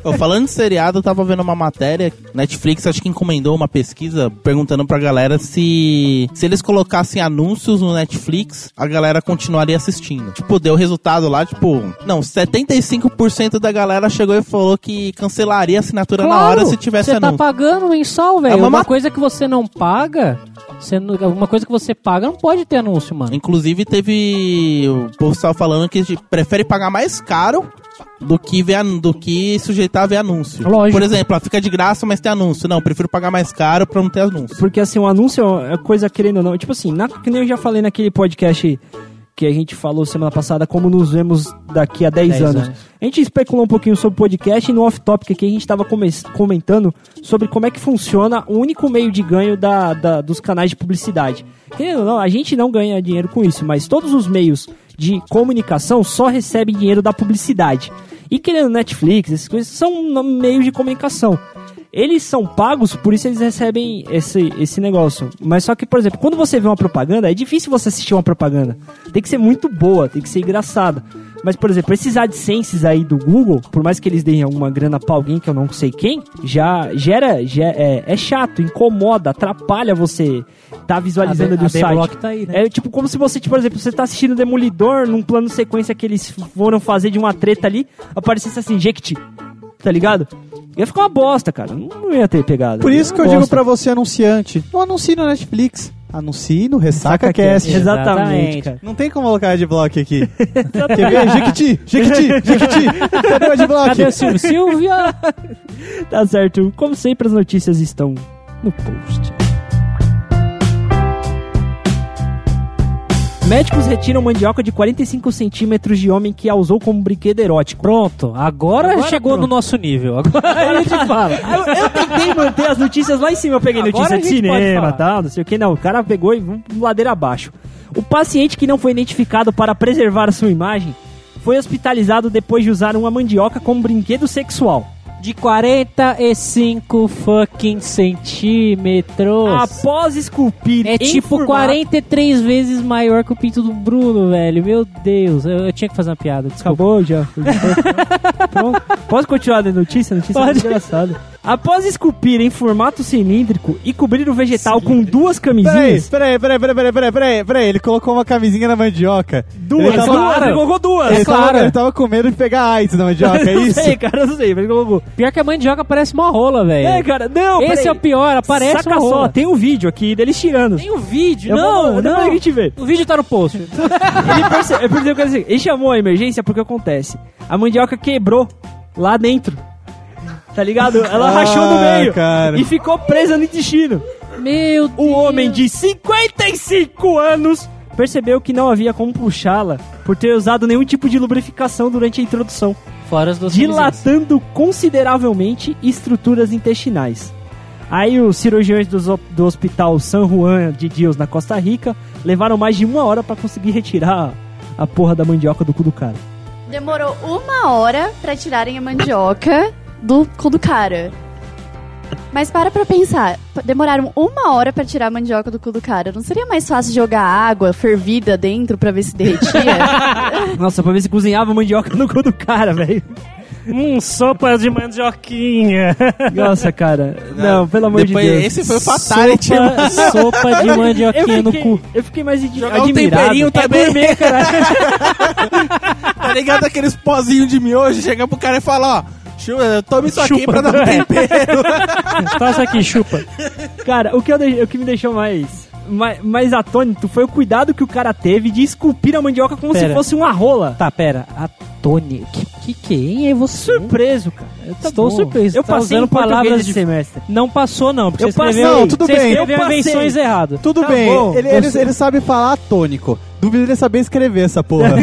[SPEAKER 4] Ô, falando de seriado, eu tava vendo uma matéria. Netflix acho que encomendou uma pesquisa perguntando pra galera se. Se eles colocassem anúncios no Netflix, a galera continuaria assistindo. Tipo, deu resultado lá, tipo. Não, 75% da galera chegou e falou que cancelaria a assinatura na hora se tivesse
[SPEAKER 2] Você tá
[SPEAKER 4] anúncio.
[SPEAKER 2] pagando mensal, velho.
[SPEAKER 4] É uma
[SPEAKER 2] uma
[SPEAKER 4] ma-
[SPEAKER 2] coisa que você não paga, você não- uma coisa que você paga não pode ter anúncio,
[SPEAKER 4] Então,
[SPEAKER 2] mano.
[SPEAKER 4] Inclusive, teve o pessoal falando que de- prefere pagar mais caro do que, ver, an- do que sujeitar a ver anúncio.
[SPEAKER 2] Lógico.
[SPEAKER 4] Por exemplo, ah, fica de graça, mas tem anúncio. Não, prefiro pagar mais caro pra não ter anúncio.
[SPEAKER 1] Porque assim, o anúncio é coisa querendo ou não. Tipo assim, na- que nem eu já falei naquele podcast que a gente falou semana passada, como nos vemos daqui a 10,
[SPEAKER 2] 10
[SPEAKER 1] anos.
[SPEAKER 2] anos.
[SPEAKER 1] A gente especulou um pouquinho sobre o podcast e no off-topic aqui a gente estava comentando sobre como é que funciona o único meio de ganho da, da- dos canais de publicidade. Querendo ou não, a gente não ganha dinheiro com isso, mas todos os meios de comunicação só recebem dinheiro da publicidade. E querendo Netflix, essas coisas são no- meios de comunicação eles são pagos, por isso eles recebem esse, esse negócio. Mas só que, por exemplo, quando você vê uma propaganda, é difícil você assistir uma propaganda. Tem que ser muito boa, tem que ser engraçada. Mas, por exemplo, esses AdSenses aí do Google, por mais que eles deem alguma grana pra alguém que eu não sei quem, já gera. já- é, é chato, incomoda, atrapalha você tá visualizando
[SPEAKER 2] A
[SPEAKER 1] ali
[SPEAKER 2] B-
[SPEAKER 1] o
[SPEAKER 2] a B-Block
[SPEAKER 1] site.
[SPEAKER 2] tá aí, né?
[SPEAKER 1] É tipo como se você, tipo, por exemplo, você tá assistindo Demolidor num plano sequência que eles foram fazer de uma treta ali, aparecesse assim, Jequiti, tá ligado? Ia ficar uma bosta, cara. Não ia ter pegado.
[SPEAKER 3] Por isso que eu
[SPEAKER 1] Bosta.
[SPEAKER 3] digo pra você, anunciante, não anuncie no Netflix. Anuncie no Ressaca Cast.
[SPEAKER 1] Exatamente,
[SPEAKER 2] Exatamente.
[SPEAKER 1] cara.
[SPEAKER 3] Não tem como colocar adblock aqui. Quer ver? Jequiti, Jequiti, Jequiti. Cadê o
[SPEAKER 2] Cadê o
[SPEAKER 3] adblock?
[SPEAKER 2] Silvio? Silvia!
[SPEAKER 1] Tá certo. Como sempre, as notícias estão no post. Médicos retiram mandioca de 45 centímetros de homem que a usou como brinquedo erótico.
[SPEAKER 2] Pronto, agora,
[SPEAKER 1] Agora
[SPEAKER 2] chegou
[SPEAKER 1] pronto.
[SPEAKER 2] no nosso nível. Agora a gente fala.
[SPEAKER 1] Eu, eu tentei manter as notícias lá em cima. Eu peguei
[SPEAKER 2] Agora
[SPEAKER 1] notícia
[SPEAKER 2] a
[SPEAKER 1] de
[SPEAKER 2] gente pode
[SPEAKER 1] cinema,
[SPEAKER 2] falar.
[SPEAKER 1] tal, não sei o que. Não, o cara pegou e vum, ladeira abaixo. O paciente que não foi identificado para preservar sua imagem foi hospitalizado depois de usar uma mandioca como brinquedo sexual.
[SPEAKER 2] De 45 fucking centímetros.
[SPEAKER 1] Após esculpir
[SPEAKER 2] é
[SPEAKER 1] em
[SPEAKER 2] tipo
[SPEAKER 1] formato-
[SPEAKER 2] 43 vezes maior que o pinto do Bruno, velho. Meu Deus, eu, eu tinha que fazer uma piada, desculpa.
[SPEAKER 1] Acabou já. Pronto. Posso continuar da notícia? A notícia é
[SPEAKER 2] Pode.
[SPEAKER 1] muito engraçada. Após esculpir em formato cilíndrico e cobrir o vegetal com duas
[SPEAKER 3] Peraí,
[SPEAKER 1] camisinhas...
[SPEAKER 3] peraí, peraí, peraí, peraí, peraí, peraí, peraí. Ele colocou uma camisinha na mandioca.
[SPEAKER 1] Duas,
[SPEAKER 3] Ele
[SPEAKER 2] tá
[SPEAKER 3] tava-
[SPEAKER 1] duas, ele colocou duas.
[SPEAKER 3] Ele tava,
[SPEAKER 2] claro.
[SPEAKER 3] ele tava com medo de pegar AIDS na mandioca, é
[SPEAKER 1] não
[SPEAKER 3] isso?
[SPEAKER 1] sei, cara, não sei, mas ele colocou.
[SPEAKER 2] Pior que a mandioca parece uma rola, velho.
[SPEAKER 1] É, cara, não,
[SPEAKER 2] Esse é o pior, aparece
[SPEAKER 1] Saca
[SPEAKER 2] uma rola.
[SPEAKER 1] só, tem um vídeo aqui deles tirando.
[SPEAKER 2] Tem o vídeo,
[SPEAKER 1] Eu
[SPEAKER 2] não,
[SPEAKER 1] vou- depois
[SPEAKER 2] não.
[SPEAKER 1] a gente vê.
[SPEAKER 2] O vídeo tá no post.
[SPEAKER 1] Ele, perce... é por isso que eu quero dizer, ele chamou a emergência porque acontece. A mandioca quebrou lá dentro. Tá ligado? Ela
[SPEAKER 3] Ah,
[SPEAKER 1] rachou no meio
[SPEAKER 3] cara.
[SPEAKER 1] e ficou presa no intestino.
[SPEAKER 2] Meu Deus.
[SPEAKER 1] O homem de 55 anos percebeu que não havia como puxá-la por ter usado nenhum tipo de lubrificação durante a introdução,
[SPEAKER 2] Fora as duas camisinhas.
[SPEAKER 1] dilatando consideravelmente estruturas intestinais. Aí os cirurgiões do, zo- do Hospital San Juan de Dios, na Costa Rica, levaram mais de uma hora pra conseguir retirar a porra da mandioca do cu do cara.
[SPEAKER 6] Demorou uma hora pra tirarem a mandioca do cu do cara. Mas para pra pensar, p- demoraram uma hora pra tirar a mandioca do cu do cara. Não seria mais fácil jogar água fervida dentro pra ver se derretia?
[SPEAKER 1] Nossa, pra ver se cozinhava mandioca no cu do cara, velho.
[SPEAKER 4] Um
[SPEAKER 7] Hum, sopa de mandioquinha.
[SPEAKER 1] Nossa, cara. Não, pelo amor
[SPEAKER 4] Depois,
[SPEAKER 1] de Deus.
[SPEAKER 4] Esse foi o fatality, mano.
[SPEAKER 2] Sopa, sopa de
[SPEAKER 1] eu
[SPEAKER 2] mandioquinha
[SPEAKER 1] fiquei,
[SPEAKER 2] no cu.
[SPEAKER 1] Eu fiquei mais ad-
[SPEAKER 4] Jogar um
[SPEAKER 1] admirado.
[SPEAKER 4] temperinho também.
[SPEAKER 1] É gourmet, caralho.
[SPEAKER 4] Tá ligado aqueles pozinhos de miojo? Chegar pro cara e falar, ó, chupa, tome isso aqui pra dar um tempero.
[SPEAKER 2] Faz aqui, chupa.
[SPEAKER 1] Cara, o que, eu dei- o que me deixou mais, mais, mais atônito foi o cuidado que o cara teve de esculpir a mandioca como
[SPEAKER 2] Pera.
[SPEAKER 1] se fosse uma rola.
[SPEAKER 2] Tá, pera. A Tony. Que, que quem é você?
[SPEAKER 1] Surpreso, cara.
[SPEAKER 2] Tá Estou
[SPEAKER 1] bom.
[SPEAKER 2] surpreso.
[SPEAKER 1] Eu
[SPEAKER 2] Tá
[SPEAKER 1] passei
[SPEAKER 2] usando
[SPEAKER 1] em português
[SPEAKER 2] palavras
[SPEAKER 1] esse
[SPEAKER 2] de-
[SPEAKER 1] semestre.
[SPEAKER 2] Não passou, não. Porque
[SPEAKER 1] Eu
[SPEAKER 2] você escreveu,
[SPEAKER 1] passei.
[SPEAKER 3] Não, tudo
[SPEAKER 2] você
[SPEAKER 3] bem.
[SPEAKER 2] escreveu
[SPEAKER 1] Eu passei.
[SPEAKER 2] invenções errado.
[SPEAKER 3] Tudo
[SPEAKER 1] Tá
[SPEAKER 3] bem,
[SPEAKER 1] bom.
[SPEAKER 3] ele, ele, ele sabe falar tônico. Duvido ele saber escrever essa porra.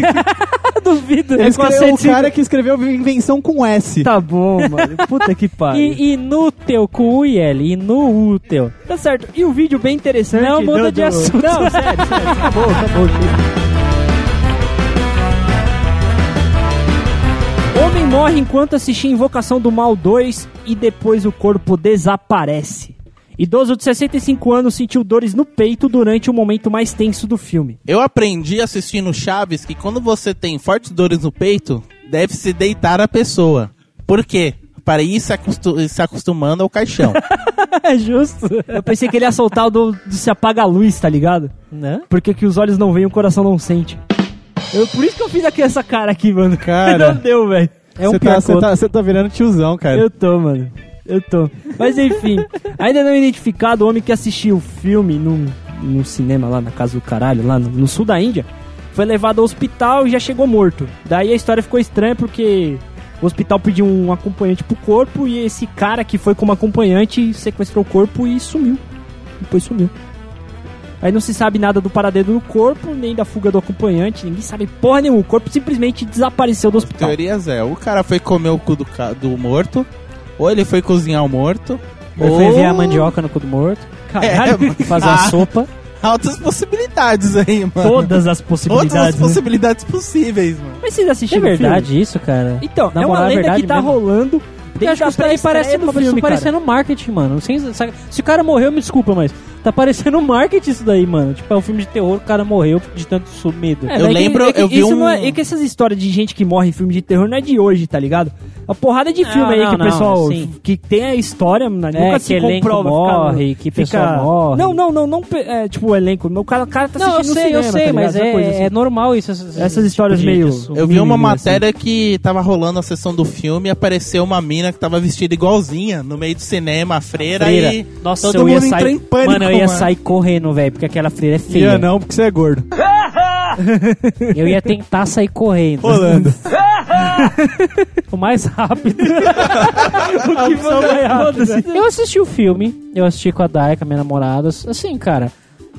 [SPEAKER 2] Duvido.
[SPEAKER 3] Ele
[SPEAKER 2] É com
[SPEAKER 3] escreveu, o
[SPEAKER 2] acento-
[SPEAKER 3] cara que escreveu invenção com S.
[SPEAKER 1] Tá bom, mano. Puta que pariu.
[SPEAKER 2] E, inútil com o IL. Inútil.
[SPEAKER 1] Tá certo. E o vídeo bem interessante.
[SPEAKER 2] Não, muda de assunto.
[SPEAKER 1] Não, sério, sério. tá Acabou, acabou. chega. Homem morre enquanto assistia Invocação do Mal 2 e depois o corpo desaparece. Idoso de 65 anos sentiu dores no peito durante o momento mais tenso do filme.
[SPEAKER 4] Eu aprendi assistindo Chaves que quando você tem fortes dores no peito, deve-se deitar a pessoa. Por quê? Para ir se, acostu- se acostumando ao caixão.
[SPEAKER 2] É justo.
[SPEAKER 1] Eu pensei que ele ia soltar o do, do se apaga a luz, tá ligado?
[SPEAKER 2] Né?
[SPEAKER 1] Porque que os olhos não veem, o coração não sente. Eu, por isso que eu fiz aqui essa cara aqui, mano.
[SPEAKER 3] Cara.
[SPEAKER 1] Não deu, velho. É um
[SPEAKER 3] Você
[SPEAKER 1] pior
[SPEAKER 3] tá,
[SPEAKER 1] que
[SPEAKER 3] você
[SPEAKER 1] outro.
[SPEAKER 3] tá, você tá virando tiozão, cara.
[SPEAKER 1] Eu tô, mano. Eu tô. Mas enfim, ainda não identificado, o homem que assistiu o filme num, num cinema lá na casa do caralho, lá no, no sul da Índia, foi levado ao hospital e já chegou morto. Daí a história ficou estranha porque o hospital pediu um acompanhante pro corpo e esse cara que foi como acompanhante sequestrou o corpo e sumiu. Depois sumiu. Aí não se sabe nada do paradeiro do corpo, nem da fuga do acompanhante, ninguém sabe porra nenhuma. O corpo simplesmente desapareceu do hospital.
[SPEAKER 4] Teorias é, o cara foi comer o cu do, ca- do morto, ou ele foi cozinhar o morto,
[SPEAKER 2] Eu
[SPEAKER 4] ou...
[SPEAKER 2] fui
[SPEAKER 1] Oh.
[SPEAKER 2] ver a mandioca no cu do morto.
[SPEAKER 4] É, mano.
[SPEAKER 2] Fazer uma
[SPEAKER 4] Ah.
[SPEAKER 2] sopa.
[SPEAKER 4] Altas possibilidades aí, mano.
[SPEAKER 1] Todas as
[SPEAKER 4] Todas as
[SPEAKER 1] possibilidades. né?
[SPEAKER 4] possibilidades possíveis, mano.
[SPEAKER 1] Mas vocês
[SPEAKER 2] É
[SPEAKER 1] assistiram o filme?
[SPEAKER 2] verdade isso, cara?
[SPEAKER 1] Então,
[SPEAKER 2] Na
[SPEAKER 1] é uma
[SPEAKER 2] moral, é
[SPEAKER 1] lenda
[SPEAKER 2] verdade
[SPEAKER 1] que tá
[SPEAKER 2] mesmo.
[SPEAKER 1] rolando.
[SPEAKER 2] Eu acho que isso daí parece
[SPEAKER 1] no
[SPEAKER 2] tá
[SPEAKER 1] filme, cara.
[SPEAKER 2] parecendo marketing, mano. Sem- saca- se o cara morreu, me desculpa, mas tá parecendo marketing isso daí, mano. Tipo, é um filme de terror, o cara morreu de tanto su- medo.
[SPEAKER 1] É,
[SPEAKER 4] Eu
[SPEAKER 1] mas é que-
[SPEAKER 4] lembro,
[SPEAKER 1] é que
[SPEAKER 4] eu vi
[SPEAKER 1] isso
[SPEAKER 4] um-
[SPEAKER 1] não é, é que essas histórias de gente que morre em filme de terror não é de hoje, tá ligado? A porrada de
[SPEAKER 2] Não,
[SPEAKER 1] filme aí
[SPEAKER 2] não,
[SPEAKER 1] que o
[SPEAKER 2] não,
[SPEAKER 1] pessoal
[SPEAKER 2] sim.
[SPEAKER 1] que tem a história, assim, né,
[SPEAKER 2] É,
[SPEAKER 1] nunca se
[SPEAKER 2] que elenco
[SPEAKER 1] comprova,
[SPEAKER 2] morre,
[SPEAKER 1] fica,
[SPEAKER 2] que pessoa morre.
[SPEAKER 1] Não, não, não, não, pe- é, tipo o elenco, o cara, o cara tá
[SPEAKER 2] Não, eu
[SPEAKER 1] assistindo
[SPEAKER 2] sei,
[SPEAKER 1] cinema,
[SPEAKER 2] eu sei,
[SPEAKER 1] tá ligado?
[SPEAKER 2] mas
[SPEAKER 1] Essa
[SPEAKER 2] é,
[SPEAKER 1] coisa assim.
[SPEAKER 2] é normal isso. Essas,
[SPEAKER 1] Essas histórias
[SPEAKER 2] tipo de-
[SPEAKER 1] meio-
[SPEAKER 2] disso.
[SPEAKER 4] Eu vi uma
[SPEAKER 1] Mínimo,
[SPEAKER 4] matéria que tava rolando a sessão do filme e apareceu uma mina que tava vestida igualzinha no meio do cinema, a freira,
[SPEAKER 2] Freira.
[SPEAKER 4] e
[SPEAKER 2] Nossa,
[SPEAKER 4] todo
[SPEAKER 2] eu
[SPEAKER 4] mundo
[SPEAKER 2] ia
[SPEAKER 4] entrou
[SPEAKER 2] sair.
[SPEAKER 4] em pânico,
[SPEAKER 2] mano, eu ia
[SPEAKER 4] mano.
[SPEAKER 2] sair correndo, velho, porque aquela freira é feia.
[SPEAKER 3] Ia não, porque você é gordo.
[SPEAKER 2] Eu ia tentar sair correndo.
[SPEAKER 3] Rolando.
[SPEAKER 2] o mais rápido.
[SPEAKER 1] O que manda é rápido, né?
[SPEAKER 2] Eu assisti o filme, eu assisti com a Dai, com a minha namorada. Assim, cara,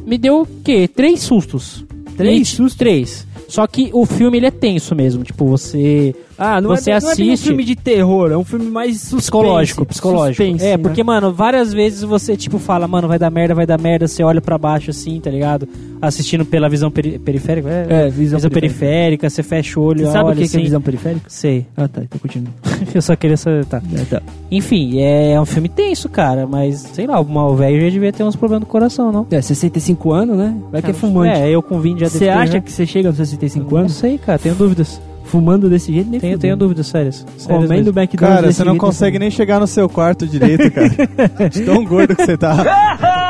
[SPEAKER 2] me deu o quê? Três sustos.
[SPEAKER 1] Três
[SPEAKER 2] sustos? Três. Só que o filme ele é tenso mesmo. Tipo, você.
[SPEAKER 1] Ah, não,
[SPEAKER 2] Você
[SPEAKER 1] é, bem- não é bem um
[SPEAKER 2] assiste-
[SPEAKER 1] filme de terror, é um filme mais suspense,
[SPEAKER 2] Psicológico, psicológico.
[SPEAKER 1] Suspense,
[SPEAKER 2] é,
[SPEAKER 1] né?
[SPEAKER 2] porque, mano, várias vezes você, tipo, fala, mano, vai dar merda, vai dar merda, você olha pra baixo assim, tá ligado? Assistindo pela visão peri- periférica. É,
[SPEAKER 1] É,
[SPEAKER 2] visão,
[SPEAKER 1] visão, periférica.
[SPEAKER 2] periférica, você fecha o olho,
[SPEAKER 1] Você sabe
[SPEAKER 2] olha
[SPEAKER 1] o que, que
[SPEAKER 2] assim.
[SPEAKER 1] é visão periférica?
[SPEAKER 2] Sei.
[SPEAKER 1] Ah, tá, então continua.
[SPEAKER 2] Eu só queria saber. Tá.
[SPEAKER 1] É, tá.
[SPEAKER 2] Enfim, é, é um filme tenso, cara, mas sei lá, o mal velho já devia ter uns problemas no coração, não?
[SPEAKER 1] É, 65 anos, né? Vai que é fumante.
[SPEAKER 2] É, eu com 20 já né?
[SPEAKER 1] Você acha que você chega aos 65
[SPEAKER 2] Não
[SPEAKER 1] anos
[SPEAKER 2] sei, cara, tenho dúvidas.
[SPEAKER 1] fumando desse jeito? Nem
[SPEAKER 2] Tenho,
[SPEAKER 1] fudendo.
[SPEAKER 2] tenho dúvidas sérias. sérias
[SPEAKER 1] Comendo
[SPEAKER 2] mesmo.
[SPEAKER 1] McDonald's
[SPEAKER 3] Cara,
[SPEAKER 1] desse
[SPEAKER 3] você não
[SPEAKER 1] jeito,
[SPEAKER 3] consegue
[SPEAKER 1] né?
[SPEAKER 3] nem chegar no seu quarto direito, cara. De tão gordo que você tá.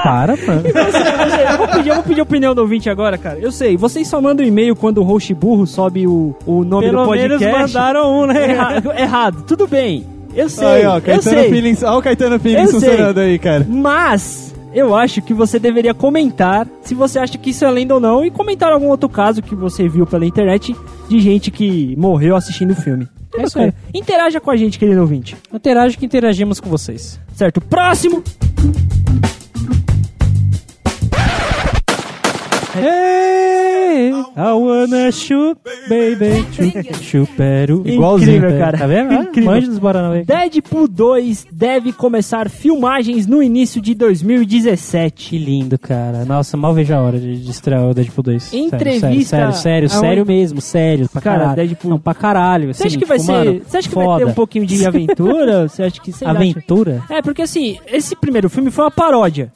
[SPEAKER 2] Para, mano.
[SPEAKER 1] é, Eu vou, pedir, eu vou pedir a opinião do ouvinte agora, cara. Eu sei, vocês só mandam e-mail quando o host burro sobe o, o nome do podcast.
[SPEAKER 2] um,
[SPEAKER 1] Erra- errado, tudo bem. Eu sei,
[SPEAKER 3] Aí, ó,
[SPEAKER 1] eu
[SPEAKER 3] Caetano
[SPEAKER 1] sei.
[SPEAKER 3] Feelings. Ó, o Caetano Feelings
[SPEAKER 1] Eu sei.
[SPEAKER 3] funcionando aí, cara.
[SPEAKER 1] Mas eu acho que você deveria comentar se você acha que isso é lenda ou não e comentar algum outro caso que você viu pela internet de gente que morreu assistindo o filme.
[SPEAKER 2] É isso aí.
[SPEAKER 1] Interaja com a gente, querido ouvinte.
[SPEAKER 2] Interage que interagimos com vocês.
[SPEAKER 1] Certo, próximo!
[SPEAKER 2] Ei, I wanna shoot, baby. Chupero.
[SPEAKER 3] Igualzinho,
[SPEAKER 1] Incrível, cara.
[SPEAKER 2] Tá vendo?
[SPEAKER 1] Incrível.
[SPEAKER 2] Ah, Manja dos Paranauê.
[SPEAKER 1] Deadpool 2 deve começar filmagens no início de 2017.
[SPEAKER 2] Que lindo, cara. Nossa, mal vejo a hora de, de estrear o Deadpool 2. Sério,
[SPEAKER 1] Entrevista
[SPEAKER 2] Sério, sério, sério,
[SPEAKER 1] aonde-
[SPEAKER 2] sério mesmo, sério. Pra
[SPEAKER 1] Cara,
[SPEAKER 2] caralho.
[SPEAKER 1] Deadpool-
[SPEAKER 2] Não, pra caralho.
[SPEAKER 1] Você acha
[SPEAKER 2] assim,
[SPEAKER 1] que vai
[SPEAKER 2] tipo,
[SPEAKER 1] ser.
[SPEAKER 2] mano,
[SPEAKER 1] Você acha que vai
[SPEAKER 2] foda.
[SPEAKER 1] ter um pouquinho de aventura? Você acha que. Sei lá,
[SPEAKER 2] Aventura?
[SPEAKER 1] É, porque assim, esse primeiro filme foi uma paródia.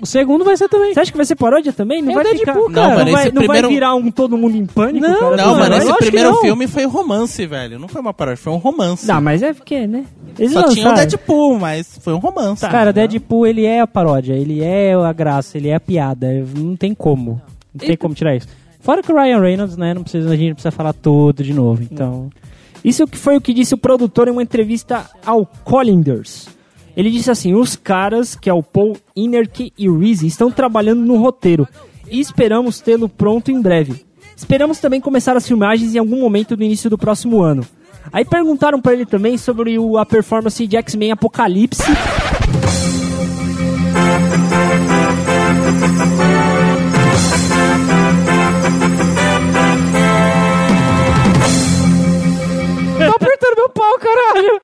[SPEAKER 2] O segundo vai ser também.
[SPEAKER 1] Você acha que tipo, vai ser paródia também? Não
[SPEAKER 2] É o
[SPEAKER 1] vai
[SPEAKER 2] Deadpool,
[SPEAKER 1] ficar...
[SPEAKER 2] cara.
[SPEAKER 4] Não, mano,
[SPEAKER 1] vai,
[SPEAKER 4] esse
[SPEAKER 1] não vai
[SPEAKER 4] primeiro-
[SPEAKER 1] virar um todo mundo em pânico,
[SPEAKER 2] Não,
[SPEAKER 1] cara?
[SPEAKER 4] Não, mano,
[SPEAKER 1] eu
[SPEAKER 4] esse
[SPEAKER 1] acho que
[SPEAKER 4] primeiro
[SPEAKER 1] não.
[SPEAKER 4] filme foi um romance, velho. Não foi uma paródia, foi um romance.
[SPEAKER 1] Não, mas é porque, né? Eles
[SPEAKER 4] Só tinha o
[SPEAKER 1] lançaram.
[SPEAKER 4] Deadpool, mas foi um romance.
[SPEAKER 2] Cara, Deadpool, ele é a paródia, ele é a graça, ele é a piada. Não tem como. Não tem como tirar isso. Fora que o Ryan Reynolds, né? Não precisa, a gente não precisa falar tudo de novo. Então.
[SPEAKER 1] Isso que foi o que disse o produtor em uma entrevista ao Collinders. Ele disse assim: os caras, que é o Paul Innerke e o Reese, estão trabalhando no roteiro e esperamos tê-lo pronto em breve. Esperamos também começar as filmagens em algum momento do início do próximo ano. Aí perguntaram pra ele também sobre o- a performance de X-Men Apocalipse.
[SPEAKER 8] Tô apertando meu pau, caralho!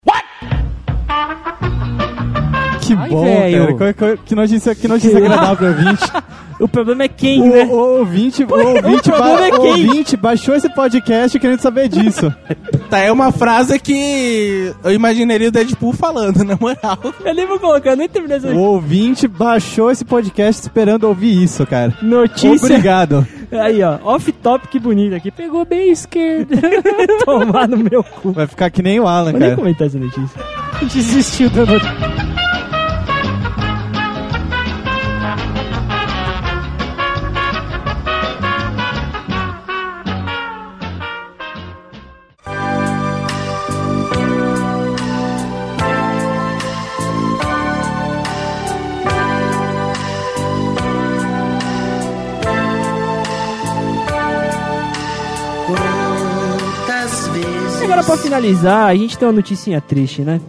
[SPEAKER 3] Que
[SPEAKER 2] Ai,
[SPEAKER 3] bom,
[SPEAKER 2] velho.
[SPEAKER 3] cara. Co- co- Que notícia, que notícia agradável pro ouvinte.
[SPEAKER 1] O problema é quem,
[SPEAKER 3] O,
[SPEAKER 1] né?
[SPEAKER 3] o ouvinte, o ouvinte, ba-
[SPEAKER 1] problema é
[SPEAKER 3] o
[SPEAKER 1] quem?
[SPEAKER 3] ouvinte baixou esse podcast querendo saber disso.
[SPEAKER 4] Tá, é uma frase que eu imaginaria o Deadpool falando, na moral.
[SPEAKER 1] Eu nem vou colocar, eu nem terminei essa
[SPEAKER 3] O ouvinte baixou esse podcast esperando ouvir isso, cara.
[SPEAKER 1] notícia.
[SPEAKER 3] Obrigado.
[SPEAKER 1] Aí, ó, off-top, que bonito aqui.
[SPEAKER 8] Pegou bem a esquerda.
[SPEAKER 1] Tomar no meu cu.
[SPEAKER 3] Vai ficar que nem o Alan,
[SPEAKER 1] Vou nem
[SPEAKER 3] cara.
[SPEAKER 1] comentar essa notícia.
[SPEAKER 2] Desistiu da notícia.
[SPEAKER 1] E agora pra finalizar, a gente tem uma noticinha triste, né?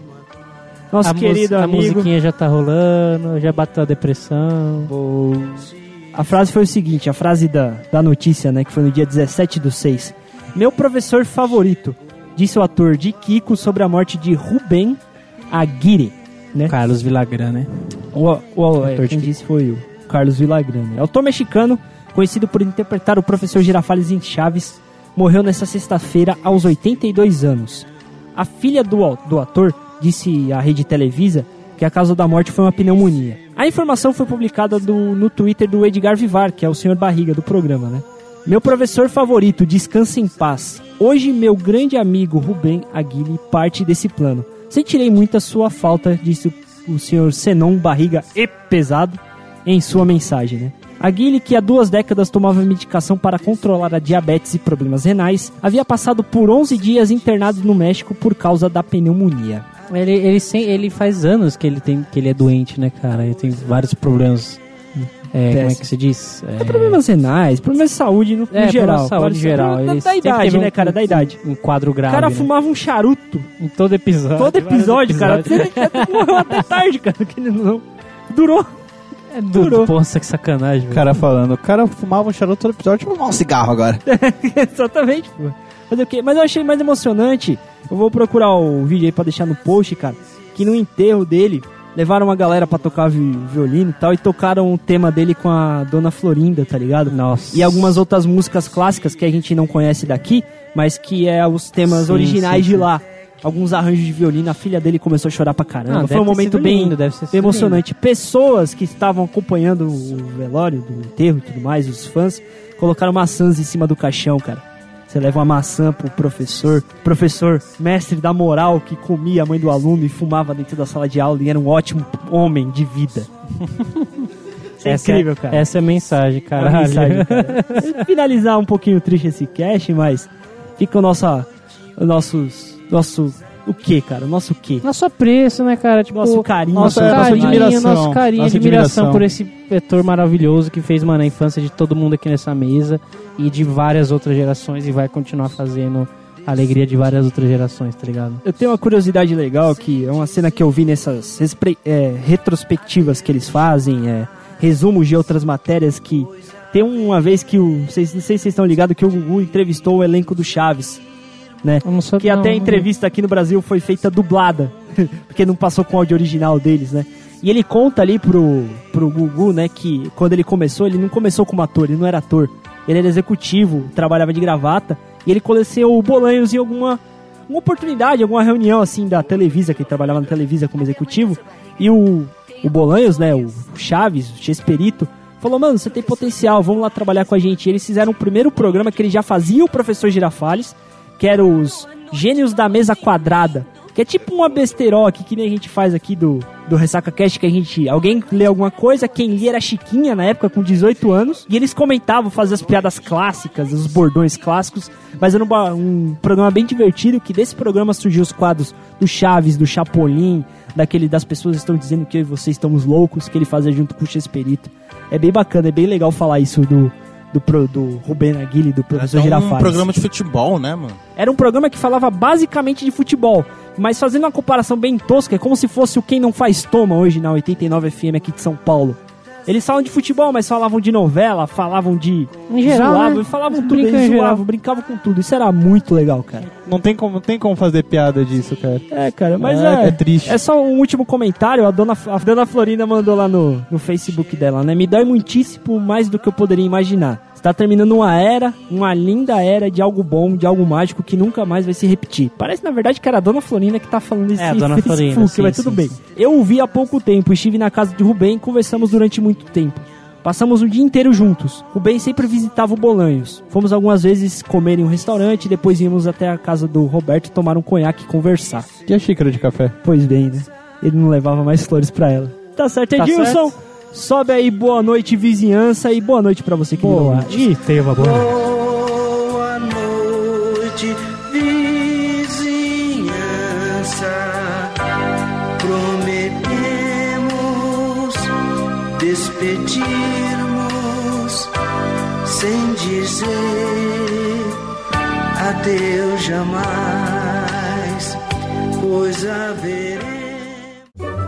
[SPEAKER 1] Nosso
[SPEAKER 2] A, mus-
[SPEAKER 1] querido
[SPEAKER 2] a
[SPEAKER 1] amigo.
[SPEAKER 2] musiquinha já tá rolando, já bateu a depressão.
[SPEAKER 1] A frase foi o seguinte, a frase da, da notícia, né? Que foi no dia 17 do 6. Meu professor favorito, disse o ator de Kiko sobre a morte de Rubem Aguirre. É.
[SPEAKER 2] Carlos Villagrán, né?
[SPEAKER 1] O, o- é,
[SPEAKER 2] Ator de
[SPEAKER 1] quem
[SPEAKER 2] Kiko.
[SPEAKER 1] disse foi o Carlos Villagrana. É autor mexicano, conhecido por interpretar o professor Girafales em Chaves, morreu nesta sexta-feira aos 82 anos. A filha do, au- do ator disse à rede Televisa que a causa da morte foi uma pneumonia. A informação foi publicada do- no Twitter do Edgar Vivar, que é o senhor barriga do programa, né? Meu professor favorito, descansa em paz. Hoje, meu grande amigo Rubem Aguile parte desse plano. Sentirei muito a sua falta, disse o- o senhor Senon Barriga e Pesado em sua mensagem, né? Aguile, que há duas décadas tomava medicação para controlar a diabetes e problemas renais, havia passado por 11 dias internado no México por causa da pneumonia.
[SPEAKER 2] Ele, ele, sem, ele faz anos que ele, tem, que ele é doente, né, cara? Ele tem vários problemas. É, como é
[SPEAKER 1] Péssimo.
[SPEAKER 2] que se diz? É,
[SPEAKER 1] Problemas renais, problemas de saúde no, no
[SPEAKER 2] é,
[SPEAKER 1] geral.
[SPEAKER 2] geral, saúde
[SPEAKER 1] Problemas-
[SPEAKER 2] geral.
[SPEAKER 1] Da,
[SPEAKER 2] Ele
[SPEAKER 1] da
[SPEAKER 2] sempre teve
[SPEAKER 1] idade,
[SPEAKER 2] um-
[SPEAKER 1] né, cara? Da idade.
[SPEAKER 2] Um quadro
[SPEAKER 1] O
[SPEAKER 2] grave.
[SPEAKER 1] cara
[SPEAKER 2] né?
[SPEAKER 1] fumava um charuto
[SPEAKER 2] Em todo episódio.
[SPEAKER 1] todo
[SPEAKER 2] vários
[SPEAKER 1] episódio, cara.
[SPEAKER 2] episódios.
[SPEAKER 1] Você até morreu até tarde, cara. Que ele não... Durou.
[SPEAKER 2] É duro.
[SPEAKER 1] Durou.
[SPEAKER 2] Nossa, que
[SPEAKER 3] O
[SPEAKER 2] sacanagem, velho.
[SPEAKER 3] cara falando, o cara fumava um charuto todo episódio, tipo, um cigarro agora.
[SPEAKER 1] Exatamente, pô. Fazer o quê? Mas eu achei mais emocionante. Eu vou procurar o vídeo aí pra deixar no post, cara. Que no enterro dele, levaram uma galera pra tocar vi- violino e tal. E tocaram o tema dele com a Dona Florinda, tá ligado?
[SPEAKER 2] Nossa.
[SPEAKER 1] E algumas outras músicas clássicas que a gente não conhece daqui, mas que é os temas
[SPEAKER 2] Sim,
[SPEAKER 1] originais
[SPEAKER 2] sim,
[SPEAKER 1] de
[SPEAKER 2] sim.
[SPEAKER 1] lá. Alguns arranjos de violino, a filha dele começou a chorar pra caramba.
[SPEAKER 2] Não,
[SPEAKER 1] Foi um momento bem,
[SPEAKER 2] deve ter
[SPEAKER 1] Sim.
[SPEAKER 2] Ah, sido
[SPEAKER 1] emocionante. Pessoas que estavam acompanhando o velório do enterro e tudo mais, os fãs, colocaram maçãs em cima do caixão, cara. Você leva uma maçã pro professor, professor, mestre da moral que comia a mãe do aluno e fumava dentro da sala de aula e era um ótimo homem de vida. Isso é
[SPEAKER 2] Essa
[SPEAKER 1] incrível, cara.
[SPEAKER 2] Essa é a mensagem,
[SPEAKER 1] É uma
[SPEAKER 2] caralho.
[SPEAKER 1] mensagem, cara. Finalizar um pouquinho triste esse cast, mas fica o nosso. O nossos, nosso. O que, cara? O nosso quê?
[SPEAKER 2] Nosso apreço, né, cara? Tipo,
[SPEAKER 1] Nosso carinho,
[SPEAKER 2] nosso
[SPEAKER 3] nossa
[SPEAKER 2] carinho,
[SPEAKER 3] admiração.
[SPEAKER 2] nosso carinho,
[SPEAKER 3] Nossa
[SPEAKER 2] admiração
[SPEAKER 3] admiração.
[SPEAKER 2] por esse ator maravilhoso que fez, mano, a infância de todo mundo aqui nessa mesa e de várias outras gerações e vai continuar fazendo a alegria de várias outras gerações, tá ligado?
[SPEAKER 1] Eu tenho uma curiosidade legal que é uma cena que eu vi nessas respre- é, retrospectivas que eles fazem, é, resumos de outras matérias que Tem uma vez que o. Vocês, não sei se vocês estão ligados que o Gugu entrevistou o elenco do Chaves. Né?
[SPEAKER 7] Eu não sou-
[SPEAKER 1] que até a
[SPEAKER 7] não.
[SPEAKER 1] entrevista aqui no Brasil foi feita dublada, porque não passou com o áudio original deles, né? E ele conta ali pro, pro Gugu, né, que quando ele começou, ele não começou como ator, ele não era ator. Ele era executivo, trabalhava de gravata, e ele conheceu o Bolanhos em alguma uma oportunidade, alguma reunião assim da Televisa, que ele trabalhava na Televisa como executivo, e o, o Bolanhos, né, o Chaves, o Chesperito, falou: "Mano, você tem potencial, vamos lá trabalhar com a gente". E eles fizeram o primeiro programa que ele já fazia o professor Girafales, que era os Gênios da Mesa Quadrada, que é tipo uma besteroque que nem a gente faz aqui do do Ressaca Cast que a gente, alguém lê alguma coisa, quem lia era Chiquinha na época com 18 anos, e eles comentavam, faziam as piadas clássicas, os bordões clássicos, mas era um, ba- um programa bem divertido que desse programa surgiu os quadros do Chaves, do Chapolin, daquele das pessoas estão dizendo que eu e você estamos loucos, que ele fazia junto com o Chesperito. É bem bacana, é bem legal falar isso do do, pro, do Rubén Aguile, do
[SPEAKER 4] Era
[SPEAKER 1] professor
[SPEAKER 4] até
[SPEAKER 1] Girafales.
[SPEAKER 4] um programa de futebol, né, mano?
[SPEAKER 1] Era um programa que falava basicamente de futebol, mas fazendo uma comparação bem tosca, é como se fosse o Quem Não Faz Toma hoje na 89 FM aqui de São Paulo. Eles falam de futebol, mas falavam de novela, falavam de.
[SPEAKER 7] Em geral,
[SPEAKER 1] zoavam,
[SPEAKER 7] né?
[SPEAKER 1] falavam tudo,
[SPEAKER 7] Brinca
[SPEAKER 1] eles
[SPEAKER 7] em geral.
[SPEAKER 1] zoavam, brincavam com tudo. Isso era muito legal, cara.
[SPEAKER 3] Não tem como, não tem como fazer piada disso, cara.
[SPEAKER 1] É, cara, mas
[SPEAKER 3] é,
[SPEAKER 1] é.
[SPEAKER 3] triste.
[SPEAKER 1] É só um último comentário, a dona, a dona Florinda mandou lá no, no Facebook dela, né? Me dói muitíssimo mais do que eu poderia imaginar. Está terminando uma era, uma linda era de algo bom, de algo mágico que nunca mais vai se repetir. Parece, na verdade, que era a dona Florinda que tá falando esse
[SPEAKER 7] É, a dona
[SPEAKER 1] Facebook,
[SPEAKER 7] Florinda, sim,
[SPEAKER 1] mas tudo
[SPEAKER 7] sim,
[SPEAKER 1] bem.
[SPEAKER 7] sim.
[SPEAKER 1] Eu ouvi há pouco tempo, estive na casa de Rubem e conversamos durante muito tempo. Passamos o dia inteiro juntos. Rubem sempre visitava o Bolanhos. Fomos algumas vezes comer em um restaurante, depois íamos até a casa do Roberto tomar um conhaque e conversar.
[SPEAKER 3] E a xícara de café?
[SPEAKER 1] Pois bem, né? Ele não levava mais flores pra ela. Tá certo,
[SPEAKER 7] Tá
[SPEAKER 1] Edilson. Sobe aí, boa noite, vizinhança, e boa noite pra você que
[SPEAKER 7] Boa.
[SPEAKER 1] me
[SPEAKER 7] Ih, tem uma boa.
[SPEAKER 9] Boa noite, vizinhança. Prometemos despedirmos sem dizer adeus jamais, pois haveremos.